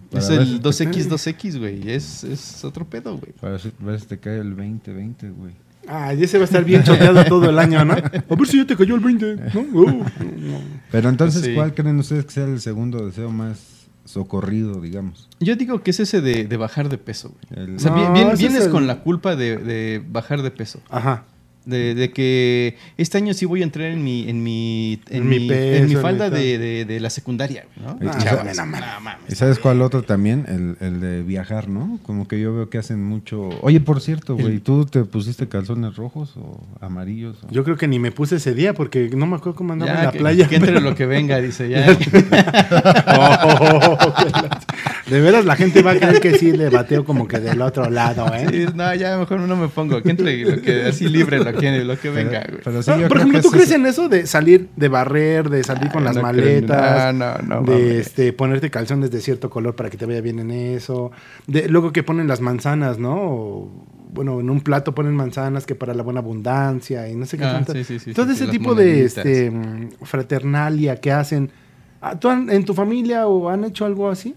[SPEAKER 1] Para
[SPEAKER 3] Es
[SPEAKER 1] ver si
[SPEAKER 3] el
[SPEAKER 1] te-
[SPEAKER 3] 2X2X, güey. Es, es otro pedo, güey.
[SPEAKER 1] Para ver si- ver si te cae el 2020, güey.
[SPEAKER 2] Ah, y ese va a estar bien choteado todo el año, ¿no? A ver si ya te cayó el 20. ¿no? Oh, no.
[SPEAKER 1] Pero entonces,
[SPEAKER 3] Sí.
[SPEAKER 1] ¿cuál creen ustedes que sea el segundo deseo más socorrido, digamos?
[SPEAKER 3] Yo digo que es ese de, de bajar de peso, güey.
[SPEAKER 1] El-
[SPEAKER 3] O sea,
[SPEAKER 2] No,
[SPEAKER 3] bien- bien-
[SPEAKER 2] ese
[SPEAKER 3] vienes
[SPEAKER 2] es el-
[SPEAKER 3] con la culpa de, de bajar de peso.
[SPEAKER 2] Ajá.
[SPEAKER 3] De, de que este año sí voy a entrar en mi, en mi, en
[SPEAKER 2] En mi
[SPEAKER 3] mi, en mi
[SPEAKER 2] peso,
[SPEAKER 3] falda
[SPEAKER 2] en mi
[SPEAKER 3] de, de- de la secundaria, güey, ¿no?
[SPEAKER 1] Ah,
[SPEAKER 3] Chavas.
[SPEAKER 2] no mames.
[SPEAKER 3] No mames.
[SPEAKER 1] ¿Y sabes
[SPEAKER 2] Eh,
[SPEAKER 1] cuál otro también? El, el de viajar, ¿no? Como que yo veo que hacen mucho... Oye, por cierto, güey, ¿tú te pusiste calzones rojos o amarillos? o-
[SPEAKER 2] Yo creo que ni me puse ese día porque no me acuerdo cómo andaba
[SPEAKER 3] Ya,
[SPEAKER 2] en la
[SPEAKER 3] que,
[SPEAKER 2] playa.
[SPEAKER 3] que entre lo que venga, dice. Ya,
[SPEAKER 2] Oh, de veras, la gente va a creer que sí le bateo como que del otro lado, ¿eh?
[SPEAKER 3] Sí, no, ya mejor no me pongo. Que entre lo que, así libre lo que, lo que
[SPEAKER 1] Pero-
[SPEAKER 3] venga, güey.
[SPEAKER 1] pero sí,
[SPEAKER 2] Ah,
[SPEAKER 1] yo
[SPEAKER 2] Por
[SPEAKER 1] creo
[SPEAKER 2] ejemplo,
[SPEAKER 1] que
[SPEAKER 2] ¿tú
[SPEAKER 1] es
[SPEAKER 2] crees
[SPEAKER 1] ese-
[SPEAKER 2] en eso de salir, de barrer, de salir con
[SPEAKER 3] Ah,
[SPEAKER 2] las
[SPEAKER 3] no creo- Ah,
[SPEAKER 2] maletas?
[SPEAKER 3] no, no, no,
[SPEAKER 2] de
[SPEAKER 3] mames.
[SPEAKER 2] este, ponerte calzones de cierto color para que te vaya bien en eso. De, luego que ponen las manzanas, ¿no? O, bueno, en un plato ponen manzanas que para la buena abundancia y no sé qué
[SPEAKER 3] Ah,
[SPEAKER 2] tanto.
[SPEAKER 3] sí, sí, sí,
[SPEAKER 2] Todo
[SPEAKER 3] sí,
[SPEAKER 2] ese
[SPEAKER 3] las
[SPEAKER 2] tipo de
[SPEAKER 3] moneditas.
[SPEAKER 2] este, mm, fraternalia que hacen. Ah, ¿Tú han- en tu familia o han hecho algo así?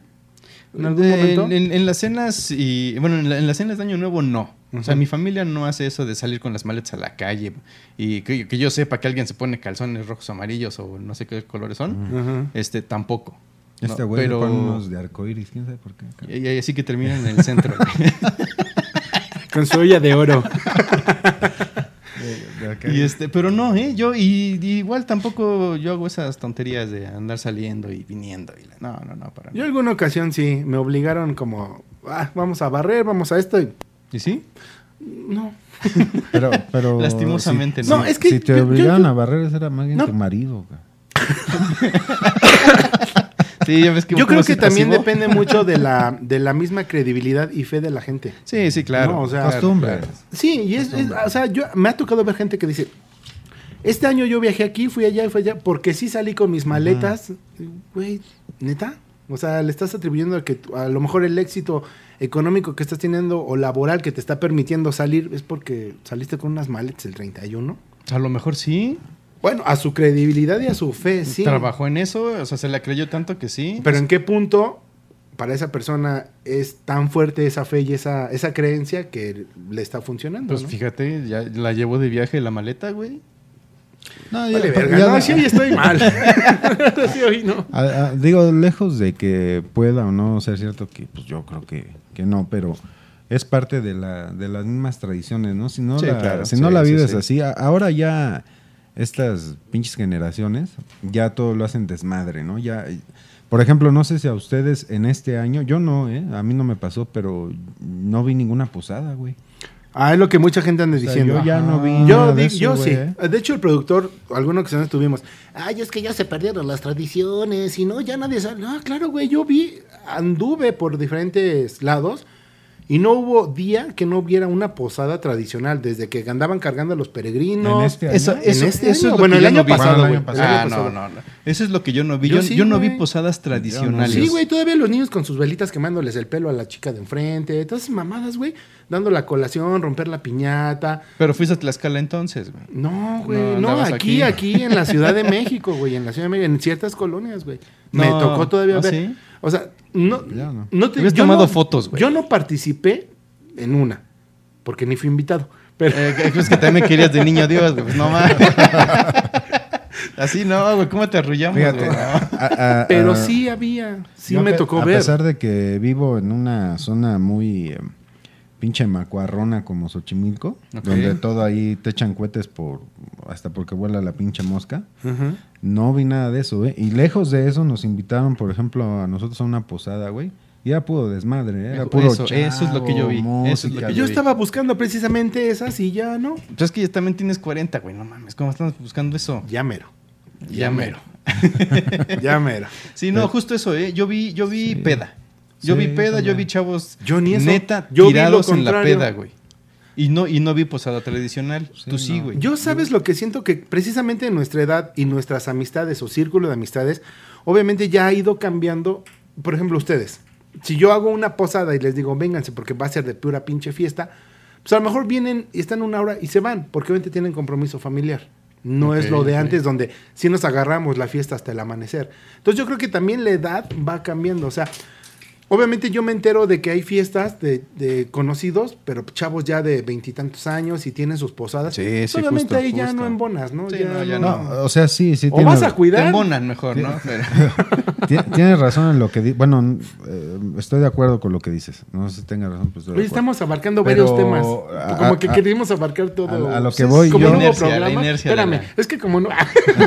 [SPEAKER 2] ¿En algún
[SPEAKER 3] De-
[SPEAKER 2] momento?
[SPEAKER 3] en- en las cenas y bueno, en, la- en las cenas de Año Nuevo no. O sea,
[SPEAKER 2] Ujú.
[SPEAKER 3] mi familia no hace eso de salir con las maletas a la calle y que, que yo sepa que alguien se pone calzones rojos, amarillos o no sé qué colores son.
[SPEAKER 2] Ajá.
[SPEAKER 3] Este tampoco. ¿no?
[SPEAKER 1] Este güey
[SPEAKER 3] Pero-
[SPEAKER 1] con unos de arcoíris, quién sabe por qué. cabrón.
[SPEAKER 3] Y, y así que terminan en el centro.
[SPEAKER 2] Con su olla de oro.
[SPEAKER 1] De- de acá.
[SPEAKER 3] y este, pero no, ¿eh? Yo y, y igual tampoco yo hago esas tonterías de andar saliendo y viniendo. Y la- no, no, no, para
[SPEAKER 2] Yo
[SPEAKER 3] nada.
[SPEAKER 2] alguna ocasión sí, me obligaron como, ah, vamos a barrer, vamos a esto. Y,
[SPEAKER 3] ¿Y sí?
[SPEAKER 2] no,
[SPEAKER 1] Pero, pero
[SPEAKER 3] Lastimosamente,
[SPEAKER 1] si,
[SPEAKER 3] no.
[SPEAKER 1] No,
[SPEAKER 2] No, es que
[SPEAKER 1] si te
[SPEAKER 2] yo- yo-
[SPEAKER 1] obligaban
[SPEAKER 2] yo-
[SPEAKER 1] a barrer, ese era más bien
[SPEAKER 2] No.
[SPEAKER 1] tu marido. güey.
[SPEAKER 3] Sí, ya ves que
[SPEAKER 2] Yo
[SPEAKER 3] como
[SPEAKER 2] creo
[SPEAKER 3] soy
[SPEAKER 2] que también
[SPEAKER 3] pasivo.
[SPEAKER 2] depende mucho de la, de la misma credibilidad y fe de la gente.
[SPEAKER 3] Sí, sí, claro.
[SPEAKER 2] No, o sea,
[SPEAKER 1] Costumbre.
[SPEAKER 2] Sí, y es, es- o sea, yo me ha tocado ver gente que dice, este año yo viajé aquí, fui allá y fui allá, porque sí salí con mis maletas. Güey, neta. O sea, le estás atribuyendo a que tú- a lo mejor el éxito económico que estás teniendo o laboral que te está permitiendo salir es porque saliste con unas maletas el 31.
[SPEAKER 3] a lo mejor sí.
[SPEAKER 2] Bueno, a su credibilidad y a su fe, sí.
[SPEAKER 3] Trabajó en eso, o sea, se la creyó tanto que sí.
[SPEAKER 1] Pues
[SPEAKER 2] Pero en qué punto para esa persona es tan fuerte esa fe y esa, esa creencia que le está funcionando.
[SPEAKER 3] pues
[SPEAKER 2] ¿no?
[SPEAKER 3] fíjate, ya la llevo de viaje la maleta, güey.
[SPEAKER 1] No,
[SPEAKER 2] Vale,
[SPEAKER 1] pero
[SPEAKER 2] verga,
[SPEAKER 1] ya
[SPEAKER 2] no,
[SPEAKER 1] la-
[SPEAKER 2] sí, hoy estoy mal. sí, hoy no.
[SPEAKER 1] a- a- digo, lejos de que pueda o no ser cierto, que pues yo creo que, que no, pero es parte de, la, de las mismas tradiciones, ¿no? Si no
[SPEAKER 3] Sí,
[SPEAKER 1] la,
[SPEAKER 3] claro,
[SPEAKER 1] si no
[SPEAKER 3] sí,
[SPEAKER 1] la
[SPEAKER 3] sí,
[SPEAKER 1] vives
[SPEAKER 3] sí.
[SPEAKER 1] así, a- ahora ya estas pinches generaciones ya todo lo hacen desmadre, ¿no? Ya, por ejemplo, no sé si a ustedes en este año, yo no, ¿eh? A mí no me pasó, pero no vi ninguna posada, güey.
[SPEAKER 2] Ah, es lo que mucha gente anda
[SPEAKER 1] sea,
[SPEAKER 2] diciendo. Ah.
[SPEAKER 1] yo ya no vi nada
[SPEAKER 2] Yo,
[SPEAKER 1] de
[SPEAKER 2] di-
[SPEAKER 1] eso,
[SPEAKER 2] yo
[SPEAKER 1] güey,
[SPEAKER 2] sí.
[SPEAKER 1] ¿eh?
[SPEAKER 2] De hecho, el productor, alguna ocasión estuvimos. Ay, es que ya se perdieron las tradiciones y no, ya nadie sabe. No, claro, güey, yo vi, anduve por diferentes lados y no hubo día que no hubiera una posada tradicional, desde que andaban cargando a los peregrinos.
[SPEAKER 1] En este año.
[SPEAKER 3] Eso, eso,
[SPEAKER 2] este
[SPEAKER 3] eso es
[SPEAKER 2] año?
[SPEAKER 3] lo
[SPEAKER 2] Bueno,
[SPEAKER 3] que
[SPEAKER 2] el
[SPEAKER 3] yo
[SPEAKER 2] año
[SPEAKER 3] no vi.
[SPEAKER 2] pasado,
[SPEAKER 1] Bueno, el
[SPEAKER 2] güey,
[SPEAKER 1] año
[SPEAKER 2] el
[SPEAKER 1] pasado.
[SPEAKER 2] año
[SPEAKER 3] Ah, no,
[SPEAKER 2] pasado.
[SPEAKER 3] no, no. Eso es lo que yo no vi. Yo,
[SPEAKER 2] Yo
[SPEAKER 3] yo,
[SPEAKER 2] sí,
[SPEAKER 3] no vi
[SPEAKER 2] güey.
[SPEAKER 3] posadas tradicionales.
[SPEAKER 2] Sí, güey, todavía los niños con sus velitas quemándoles el pelo a la chica de enfrente, todas esas mamadas, güey, dando la colación, romper la piñata.
[SPEAKER 3] Pero fuiste a Tlaxcala entonces, güey.
[SPEAKER 2] No, güey,
[SPEAKER 3] No,
[SPEAKER 2] no,
[SPEAKER 3] andabas
[SPEAKER 2] aquí,
[SPEAKER 3] aquí.
[SPEAKER 2] aquí en la Ciudad de México, güey, en la Ciudad de México, en ciertas colonias, güey. Me
[SPEAKER 3] No.
[SPEAKER 2] tocó todavía
[SPEAKER 3] ¿Ah,
[SPEAKER 2] ver.
[SPEAKER 3] sí?
[SPEAKER 2] O sea, no,
[SPEAKER 1] Ya no.
[SPEAKER 2] no te
[SPEAKER 3] Hubieras
[SPEAKER 2] yo
[SPEAKER 3] tomado
[SPEAKER 2] no-
[SPEAKER 3] fotos, güey.
[SPEAKER 2] Yo no participé en una, porque ni fui invitado. Pero
[SPEAKER 3] Eh, que- es que también querías de niño Dios, güey. Pues no mames. Así no, güey. ¿Cómo te arrullamos,
[SPEAKER 1] Fíjate.
[SPEAKER 3] güey? No.
[SPEAKER 1] a- a-
[SPEAKER 3] ah,
[SPEAKER 2] pero
[SPEAKER 1] a-
[SPEAKER 2] sí había, sí
[SPEAKER 1] Yo a
[SPEAKER 2] me
[SPEAKER 1] pe-
[SPEAKER 2] tocó
[SPEAKER 1] a
[SPEAKER 2] ver.
[SPEAKER 1] pesar de que vivo en una zona muy eh, pinche macuarrona como Xochimilco,
[SPEAKER 3] Ok.
[SPEAKER 1] donde todo ahí te echan cohetes por hasta porque vuela la pinche mosca,
[SPEAKER 2] Ujú.
[SPEAKER 1] no vi nada de eso, ¿eh? Y lejos de eso nos invitaron, por ejemplo, a nosotros a una posada, güey. Y era puro desmadre, ¿eh? era
[SPEAKER 3] Eso-
[SPEAKER 1] puro
[SPEAKER 3] eso es lo que yo vi,
[SPEAKER 1] chavo,
[SPEAKER 3] eso es
[SPEAKER 1] música,
[SPEAKER 3] lo que
[SPEAKER 2] Yo
[SPEAKER 3] vi.
[SPEAKER 1] güey.
[SPEAKER 2] estaba buscando precisamente esas y ya no.
[SPEAKER 3] Pues es que ya también tienes 40, güey. No mames. ¿Cómo estás buscando eso?
[SPEAKER 2] Ya mero,
[SPEAKER 3] Ya mero.
[SPEAKER 2] ya mero.
[SPEAKER 3] Sí, no, justo eso, ¿eh? Yo vi, yo vi peda. Yo
[SPEAKER 1] Sí,
[SPEAKER 3] vi peda, yo
[SPEAKER 1] también.
[SPEAKER 3] vi chavos
[SPEAKER 2] Yo ni eso.
[SPEAKER 3] neta
[SPEAKER 2] Yo vi lo
[SPEAKER 3] tirados en la
[SPEAKER 2] contrario.
[SPEAKER 3] peda, güey. Y no, y no vi posada tradicional.
[SPEAKER 1] Sí,
[SPEAKER 3] Tú sí,
[SPEAKER 1] no.
[SPEAKER 3] güey.
[SPEAKER 2] Yo sabes lo que siento que precisamente en nuestra edad y nuestras amistades o círculo de amistades, obviamente ya ha ido cambiando. Por ejemplo, ustedes. Si yo hago una posada y les digo, vénganse porque va a ser de pura pinche fiesta, pues a lo mejor vienen y están una hora y se van, porque obviamente tienen compromiso familiar. No es
[SPEAKER 3] Ok,
[SPEAKER 2] lo de
[SPEAKER 3] ok.
[SPEAKER 2] antes donde si nos agarramos la fiesta hasta el amanecer. Entonces yo creo que también la edad va cambiando. O sea, Obviamente yo me entero de que hay fiestas de, de conocidos, pero chavos ya de veintitantos años y tienen sus posadas.
[SPEAKER 1] Sí, sí,
[SPEAKER 2] Obviamente
[SPEAKER 1] justo,
[SPEAKER 2] ahí ya
[SPEAKER 1] justo.
[SPEAKER 2] no embonas, ¿no?
[SPEAKER 3] Sí, no, ya
[SPEAKER 1] No, o sea, sí, sí.
[SPEAKER 2] O
[SPEAKER 1] tiene-
[SPEAKER 2] vas a
[SPEAKER 3] Te
[SPEAKER 2] cuidar.
[SPEAKER 3] embonan mejor, ¿no? Pero-
[SPEAKER 1] Tie- Tienes razón en lo que dices. Bueno, n- eh, estoy de acuerdo con lo que dices. No sé si tengas razón, pero estoy de
[SPEAKER 2] Hoy
[SPEAKER 1] acuerdo.
[SPEAKER 2] estamos abarcando
[SPEAKER 1] Pero,
[SPEAKER 2] varios temas.
[SPEAKER 1] a-
[SPEAKER 2] Como que
[SPEAKER 1] a-
[SPEAKER 2] queríamos abarcar todo.
[SPEAKER 1] a- a lo que
[SPEAKER 2] Pues,
[SPEAKER 1] voy
[SPEAKER 2] como
[SPEAKER 1] yo-
[SPEAKER 2] no hubo
[SPEAKER 3] Inercia, la
[SPEAKER 2] programa-
[SPEAKER 3] inercia de
[SPEAKER 2] Espérame,
[SPEAKER 3] la-
[SPEAKER 2] es que como no.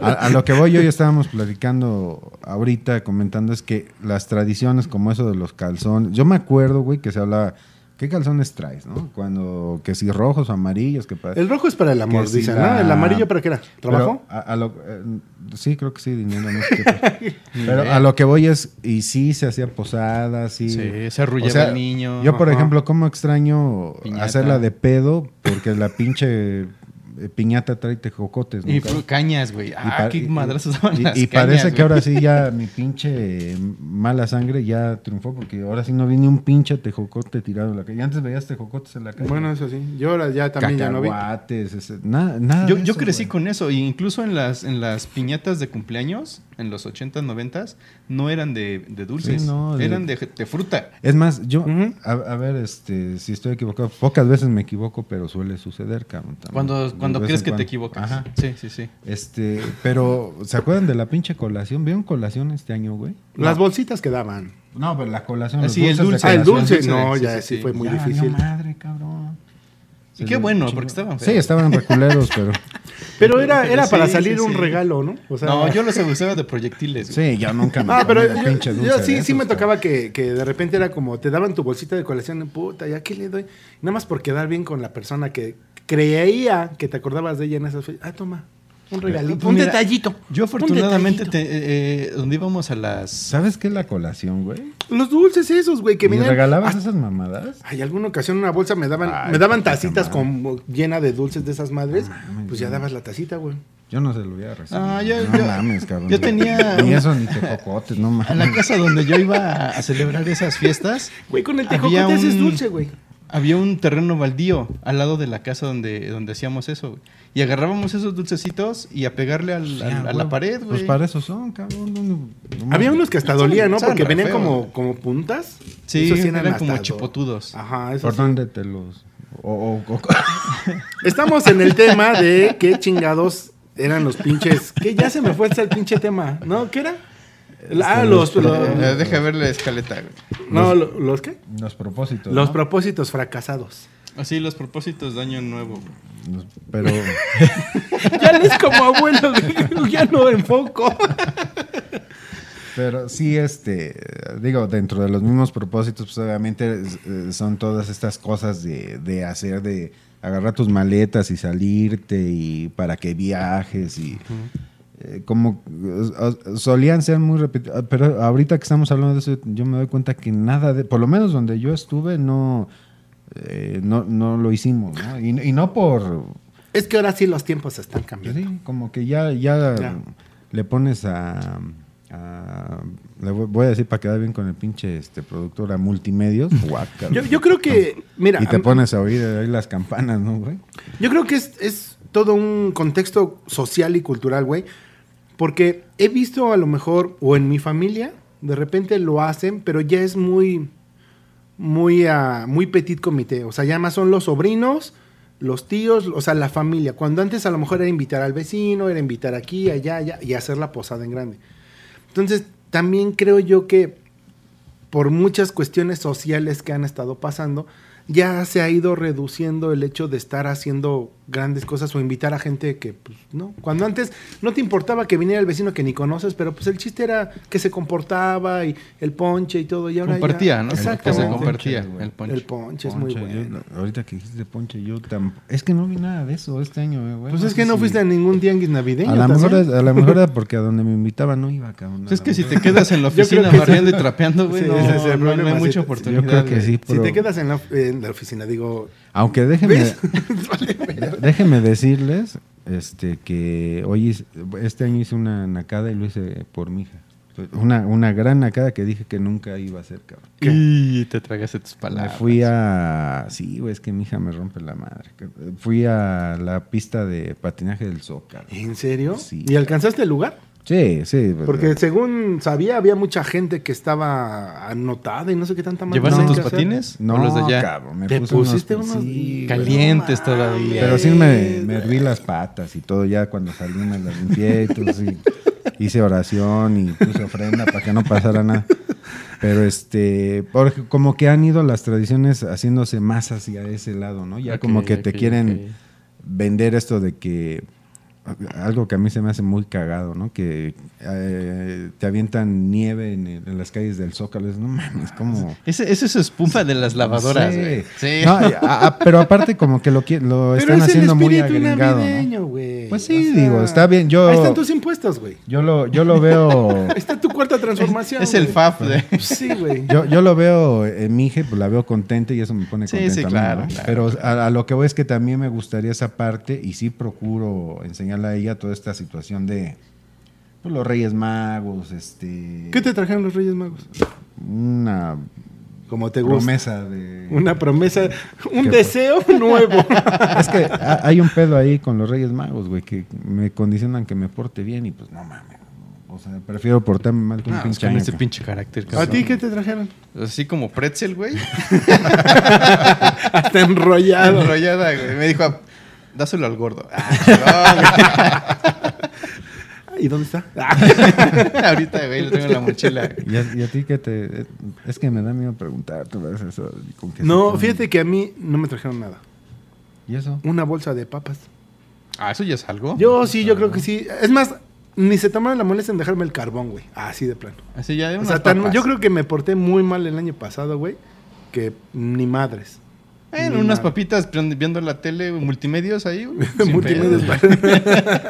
[SPEAKER 1] A, a lo que voy yo, ya estábamos platicando ahorita, comentando, es que las tradiciones como eso de los calzones. Yo me acuerdo, güey, que se hablaba. ¿Qué calzones traes, no? Cuando, que si rojos, amarillos, que para.
[SPEAKER 2] El rojo es para el amor,
[SPEAKER 1] Que si
[SPEAKER 2] dicen, ¿no?
[SPEAKER 1] la-
[SPEAKER 2] El amarillo para qué era? ¿Trabajo?
[SPEAKER 1] Pero a- a lo- eh, sí, creo que sí, dinero. no sé qué. Pero a lo que voy es, y sí se hacía posada, sí.
[SPEAKER 3] Sí, se arrullaba el niño.
[SPEAKER 1] Yo, por
[SPEAKER 2] Ajá.
[SPEAKER 1] ejemplo, ¿cómo extraño
[SPEAKER 3] Piñata.
[SPEAKER 1] hacerla de pedo? Porque la pinche eh, piñata trae tejocotes. ¿no?
[SPEAKER 3] Y fru- cañas, güey. Ah,
[SPEAKER 1] pa-
[SPEAKER 3] qué madrazos
[SPEAKER 1] y-
[SPEAKER 3] daban
[SPEAKER 1] y-
[SPEAKER 3] las
[SPEAKER 1] y
[SPEAKER 3] cañas,
[SPEAKER 1] parece que
[SPEAKER 3] güey.
[SPEAKER 1] ahora sí ya mi pinche eh, mala sangre ya triunfó, porque ahora sí no vi ni un pinche tejocote tirado en la calle. Antes veías tejocotes en la calle.
[SPEAKER 2] Bueno, eso sí. Yo ahora ya también ya no vi.
[SPEAKER 1] cacahuates, ese- nada, nada
[SPEAKER 3] Yo,
[SPEAKER 1] de Ah,
[SPEAKER 3] yo
[SPEAKER 1] eso,
[SPEAKER 3] crecí
[SPEAKER 1] güey.
[SPEAKER 3] con eso, e incluso en las, en las piñatas de cumpleaños, en los 80s, 90s, no eran de, de dulces,
[SPEAKER 1] Sí, no, de-
[SPEAKER 3] eran de, de fruta.
[SPEAKER 1] Es más, yo,
[SPEAKER 2] Ujú.
[SPEAKER 1] a, a ver, este, si estoy equivocado, pocas veces me equivoco, pero suele suceder, cabrón. también.
[SPEAKER 3] Cuando,
[SPEAKER 1] De
[SPEAKER 3] cuando
[SPEAKER 1] vez
[SPEAKER 3] crees
[SPEAKER 1] en
[SPEAKER 3] que te
[SPEAKER 1] cuando.
[SPEAKER 3] equivocas.
[SPEAKER 1] Ajá.
[SPEAKER 3] Sí, sí, sí.
[SPEAKER 1] Este, pero, ¿se acuerdan de la pinche colación? ¿Vieron colación este año, güey?
[SPEAKER 2] Las bolsitas que daban.
[SPEAKER 1] No, pero la colación.
[SPEAKER 3] Ah,
[SPEAKER 1] los
[SPEAKER 3] sí, el
[SPEAKER 1] dulces de
[SPEAKER 3] dulce.
[SPEAKER 2] Ah, el
[SPEAKER 1] colación.
[SPEAKER 2] dulce.
[SPEAKER 3] dulce de-
[SPEAKER 2] No,
[SPEAKER 3] sí,
[SPEAKER 2] ya
[SPEAKER 3] sí,
[SPEAKER 2] sí
[SPEAKER 3] sí.
[SPEAKER 2] fue muy
[SPEAKER 1] Ya valió
[SPEAKER 2] difícil.
[SPEAKER 1] madre, cabrón.
[SPEAKER 3] Y qué
[SPEAKER 1] le-
[SPEAKER 3] bueno,
[SPEAKER 1] chingo.
[SPEAKER 3] porque estaban feos.
[SPEAKER 1] Sí, estaban reculeros, pero.
[SPEAKER 2] Pero era, era
[SPEAKER 3] Sí,
[SPEAKER 2] para
[SPEAKER 3] sí,
[SPEAKER 2] salir
[SPEAKER 3] sí.
[SPEAKER 2] un regalo, ¿no? O sea,
[SPEAKER 3] no, yo los abusaba de proyectiles. güey.
[SPEAKER 1] Sí, yo nunca me
[SPEAKER 2] Ah,
[SPEAKER 1] comí
[SPEAKER 2] pero
[SPEAKER 1] un
[SPEAKER 2] yo,
[SPEAKER 1] pinche
[SPEAKER 2] yo
[SPEAKER 1] dulce ¿eh?
[SPEAKER 2] sí,
[SPEAKER 1] de
[SPEAKER 2] sí
[SPEAKER 1] esos,
[SPEAKER 2] me
[SPEAKER 1] cabrón.
[SPEAKER 2] tocaba que, que de repente era como, te daban tu bolsita de colación, puta, ¿ya qué le doy? Nada más por quedar bien con la persona que creía que te acordabas de ella en esas fechas. Ah, toma, un regalito,
[SPEAKER 3] Pues
[SPEAKER 2] un
[SPEAKER 3] mira,
[SPEAKER 2] detallito.
[SPEAKER 3] Yo
[SPEAKER 2] un
[SPEAKER 3] afortunadamente,
[SPEAKER 2] detallito.
[SPEAKER 3] te- eh, eh, donde íbamos a las...
[SPEAKER 1] ¿Sabes qué es la colación, güey?
[SPEAKER 2] Los dulces esos, güey, que
[SPEAKER 1] ¿Me
[SPEAKER 2] venían...
[SPEAKER 1] regalabas esas mamadas?
[SPEAKER 2] Ay, alguna ocasión en una bolsa me daban,
[SPEAKER 1] Ay,
[SPEAKER 2] me daban
[SPEAKER 1] puta
[SPEAKER 2] tacitas
[SPEAKER 1] madre.
[SPEAKER 2] como llena de dulces de esas madres.
[SPEAKER 1] mames,
[SPEAKER 2] pues ya
[SPEAKER 1] no.
[SPEAKER 2] dabas la tacita, güey.
[SPEAKER 1] Yo no se lo hubiera recibido.
[SPEAKER 3] Ah, yo-
[SPEAKER 1] no
[SPEAKER 3] yo-
[SPEAKER 1] mames, cabrón.
[SPEAKER 3] yo tenía-
[SPEAKER 1] Ni eso ni tejocotes, no
[SPEAKER 3] A la
[SPEAKER 1] mames.
[SPEAKER 3] casa donde yo iba a- a celebrar esas fiestas,
[SPEAKER 2] Güey, con el
[SPEAKER 3] Había
[SPEAKER 2] tejocote haces
[SPEAKER 3] un-
[SPEAKER 2] dulce, güey.
[SPEAKER 3] Había un terreno baldío al lado de la casa donde, donde hacíamos eso, güey. Y agarrábamos esos dulcecitos y a pegarle al- al- a la pared, güey.
[SPEAKER 1] Pues para eso son, cabrón. no- no- no
[SPEAKER 2] Había
[SPEAKER 1] mames.
[SPEAKER 2] unos que hasta
[SPEAKER 3] Estaban-
[SPEAKER 2] dolían, ¿no?
[SPEAKER 3] estaban
[SPEAKER 2] Porque
[SPEAKER 3] re
[SPEAKER 2] venían
[SPEAKER 3] feos,
[SPEAKER 2] como,
[SPEAKER 3] güey.
[SPEAKER 2] como puntas.
[SPEAKER 3] Sí,
[SPEAKER 2] Esos
[SPEAKER 3] eran
[SPEAKER 2] hasta
[SPEAKER 3] como
[SPEAKER 2] do-
[SPEAKER 3] chipotudos.
[SPEAKER 2] Ajá, eso
[SPEAKER 1] ¿Por
[SPEAKER 2] sí.
[SPEAKER 1] dónde te los.? O, o- o-
[SPEAKER 2] Estamos en el tema de qué chingados eran los pinches. Que ya se me fue hasta el pinche tema. ¿No? ¿Qué era? Ah, los.
[SPEAKER 1] los-
[SPEAKER 3] Eh,
[SPEAKER 2] los-
[SPEAKER 3] deja ver la escaleta, güey.
[SPEAKER 2] no, lo- los qué?
[SPEAKER 1] los propósitos.
[SPEAKER 2] Los
[SPEAKER 1] ¿no?
[SPEAKER 2] propósitos fracasados.
[SPEAKER 3] Así los propósitos de año nuevo, güey.
[SPEAKER 1] Los- Pero.
[SPEAKER 2] Ya no es como abuelo, ya no enfoco.
[SPEAKER 1] Pero sí, este, digo, dentro de los mismos propósitos, pues obviamente es- eh, son todas estas cosas de, de hacer, de agarrar tus maletas y salirte y para que viajes y eh, como eh, solían ser muy repetidos, pero ahorita que estamos hablando de eso, yo me doy cuenta que nada de, por lo menos donde yo estuve, no, eh, no, no lo hicimos, ¿no? Y, y no por,
[SPEAKER 2] Es que ahora sí los tiempos están
[SPEAKER 1] pues
[SPEAKER 2] cambiando.
[SPEAKER 1] sí, como que ya, ya,
[SPEAKER 2] Ya.
[SPEAKER 1] le pones a, a- le voy- voy a decir para quedar bien con el pinche este productor a multimedios. guácala.
[SPEAKER 2] Yo, yo creo que, mira,
[SPEAKER 1] y te
[SPEAKER 2] am-
[SPEAKER 1] pones a oír ahí las campanas, ¿no, güey?
[SPEAKER 2] yo creo que es, es todo un contexto social y cultural, güey. Porque he visto a lo mejor, o en mi familia, de repente lo hacen, pero ya es muy, muy, ah, muy petit comité. O sea, ya más son los sobrinos, los tíos, o sea, la familia. Cuando antes a lo mejor era invitar al vecino, era invitar aquí, allá, allá, y hacer la posada en grande. Entonces, también creo yo que por muchas cuestiones sociales que han estado pasando, ya se ha ido reduciendo el hecho de estar haciendo grandes cosas o invitar a gente que, pues, no. Cuando antes no te importaba que viniera el vecino que ni conoces, pero pues el chiste era que se comportaba y el ponche y todo. Y ahora ya-
[SPEAKER 3] Compartía, ¿no?
[SPEAKER 2] Exactamente.
[SPEAKER 3] Se compartía
[SPEAKER 1] Ponche, güey.
[SPEAKER 3] el ponche.
[SPEAKER 2] El ponche es muy
[SPEAKER 1] Ponche, yo-
[SPEAKER 2] bueno.
[SPEAKER 1] ahorita que dijiste ponche, yo tampoco. Es que no vi nada de eso este año, güey, güey.
[SPEAKER 2] Pues es
[SPEAKER 1] sé
[SPEAKER 2] que no
[SPEAKER 1] si-
[SPEAKER 2] fuiste a ningún tianguis navideño.
[SPEAKER 1] a la
[SPEAKER 2] también.
[SPEAKER 1] mejor, es- a la mejor era porque a donde me invitaban no iba, cabrón.
[SPEAKER 3] Pues es
[SPEAKER 1] a la
[SPEAKER 3] que si
[SPEAKER 1] mejor.
[SPEAKER 3] te quedas en la
[SPEAKER 2] Yo creo que
[SPEAKER 3] oficina
[SPEAKER 2] sí.
[SPEAKER 3] barriendo y trapeando, güey,
[SPEAKER 2] Sí,
[SPEAKER 3] no,
[SPEAKER 2] ese es el
[SPEAKER 3] no- no
[SPEAKER 2] problema,
[SPEAKER 3] hay
[SPEAKER 2] sí,
[SPEAKER 3] mucha
[SPEAKER 2] sí,
[SPEAKER 3] oportunidad.
[SPEAKER 1] yo creo que
[SPEAKER 3] güey.
[SPEAKER 1] sí.
[SPEAKER 2] Si te
[SPEAKER 1] pero-
[SPEAKER 2] quedas en la, en la oficina, digo,
[SPEAKER 1] Aunque déjenme, déjenme decirles este, que hoy hice- este año hice una nacada y lo hice por mi hija. Una, una gran nacada que dije que nunca iba a hacer, cabrón.
[SPEAKER 2] ¿Qué?
[SPEAKER 3] Y te tragaste tus
[SPEAKER 1] Me
[SPEAKER 3] palabras.
[SPEAKER 1] fui a... Sí, güey, es que mi hija me rompe la madre. Fui a la pista de patinaje del Zócalo.
[SPEAKER 2] ¿en serio?
[SPEAKER 1] Sí.
[SPEAKER 2] ¿Y alcanzaste el lugar?
[SPEAKER 1] Sí, sí. pues,
[SPEAKER 2] Porque según sabía, había mucha gente que estaba anotada y no sé qué tanta madre
[SPEAKER 3] ¿Llevaste
[SPEAKER 2] hay
[SPEAKER 3] tus
[SPEAKER 2] que hacer.
[SPEAKER 3] patines?
[SPEAKER 1] no,
[SPEAKER 3] ¿O los de allá?
[SPEAKER 1] cabrón, me
[SPEAKER 2] Te
[SPEAKER 1] puse
[SPEAKER 2] pusiste unos
[SPEAKER 1] sí, güey.
[SPEAKER 3] Calientes todavía.
[SPEAKER 1] Pero sí me, me herví las patas y todo, ya cuando salí me las limpié y todo, sí. Hice oración y puse ofrenda para que no pasara nada. Pero este, porque como que han ido las tradiciones haciéndose más hacia ese lado, ¿no? Ya como
[SPEAKER 4] Ok,
[SPEAKER 1] que te
[SPEAKER 4] ok,
[SPEAKER 1] quieren
[SPEAKER 4] ok.
[SPEAKER 1] vender esto de que algo que a mí se me hace muy cagado, ¿no? Que eh, te avientan nieve en, el- en las calles del Zócalo, es no mames, como
[SPEAKER 3] Ese, ese es espuma de las lavadoras,
[SPEAKER 1] Sí.
[SPEAKER 3] güey.
[SPEAKER 4] Sí.
[SPEAKER 1] No, y- a- a- pero aparte como que lo qui- lo
[SPEAKER 2] Pero
[SPEAKER 1] están
[SPEAKER 2] es el
[SPEAKER 1] haciendo muy
[SPEAKER 2] espíritu
[SPEAKER 1] agringado, ¿no?
[SPEAKER 2] navideño, güey.
[SPEAKER 1] Pues sí, digo, está bien, yo-
[SPEAKER 2] Ahí están tus impuestos, güey.
[SPEAKER 1] Yo lo, yo lo veo.
[SPEAKER 2] Ahí está tu cuarta transformación.
[SPEAKER 3] Es el
[SPEAKER 2] güey. Pues
[SPEAKER 3] fab de...
[SPEAKER 2] Sí, güey.
[SPEAKER 1] Yo, yo lo veo en mi hija, pues la veo contenta y eso me pone
[SPEAKER 3] Sí,
[SPEAKER 1] contenta.
[SPEAKER 3] sí,
[SPEAKER 1] a mí,
[SPEAKER 3] claro,
[SPEAKER 1] ¿no?
[SPEAKER 3] claro.
[SPEAKER 1] Pero a, a lo que voy es que también me gustaría esa parte y sí procuro enseñarle a ella toda esta situación de pues, los Reyes Magos, este.
[SPEAKER 2] ¿Qué te trajeron los Reyes Magos?
[SPEAKER 1] Una
[SPEAKER 2] Como te gusta.
[SPEAKER 1] promesa de.
[SPEAKER 2] Una promesa, un
[SPEAKER 1] ¿Qué
[SPEAKER 2] deseo nuevo.
[SPEAKER 1] Es que ha- hay un pedo ahí con los Reyes Magos, güey, que me condicionan que me porte bien y pues no mames. O sea, prefiero portarme mal que un
[SPEAKER 2] Ah,
[SPEAKER 3] No,
[SPEAKER 1] pinche
[SPEAKER 3] con
[SPEAKER 1] año,
[SPEAKER 3] ese
[SPEAKER 2] este
[SPEAKER 1] cabrón.
[SPEAKER 3] pinche carácter,
[SPEAKER 2] ¿A
[SPEAKER 3] cabrón.
[SPEAKER 2] ti qué te trajeron?
[SPEAKER 3] Así como pretzel, güey.
[SPEAKER 2] Hasta
[SPEAKER 3] Ah,
[SPEAKER 2] enrollado.
[SPEAKER 3] Enrollada, güey. Me dijo, "Ah, dáselo al gordo. Ah,
[SPEAKER 2] ¿Y dónde está?
[SPEAKER 1] Ah,
[SPEAKER 3] no, güey. Ahorita, güey, lo tengo en la mochila.
[SPEAKER 1] ¿Y a, y a ti qué te.? eh, Es que me da miedo preguntar, tú ves eso. como que se
[SPEAKER 2] No,
[SPEAKER 1] pone-
[SPEAKER 2] fíjate que a mí no me trajeron nada.
[SPEAKER 1] ¿Y eso?
[SPEAKER 2] Una bolsa de papas.
[SPEAKER 3] Ah, eso ya es algo.
[SPEAKER 2] Yo sí, yo creo que sí. Es más, ni se tomaron la molestia en dejarme el carbón, güey. Así de plano.
[SPEAKER 3] Así Ah, ya de
[SPEAKER 2] O
[SPEAKER 3] unas
[SPEAKER 2] sea, tan-
[SPEAKER 3] papas.
[SPEAKER 2] yo creo que me porté muy mal el año pasado, güey. Que ni madres. Ni
[SPEAKER 3] Bueno, unas
[SPEAKER 2] madres.
[SPEAKER 3] papitas prend- viendo la tele, güey, multimedios ahí. güey, sin
[SPEAKER 2] Multimedios,
[SPEAKER 3] pedo.
[SPEAKER 2] güey.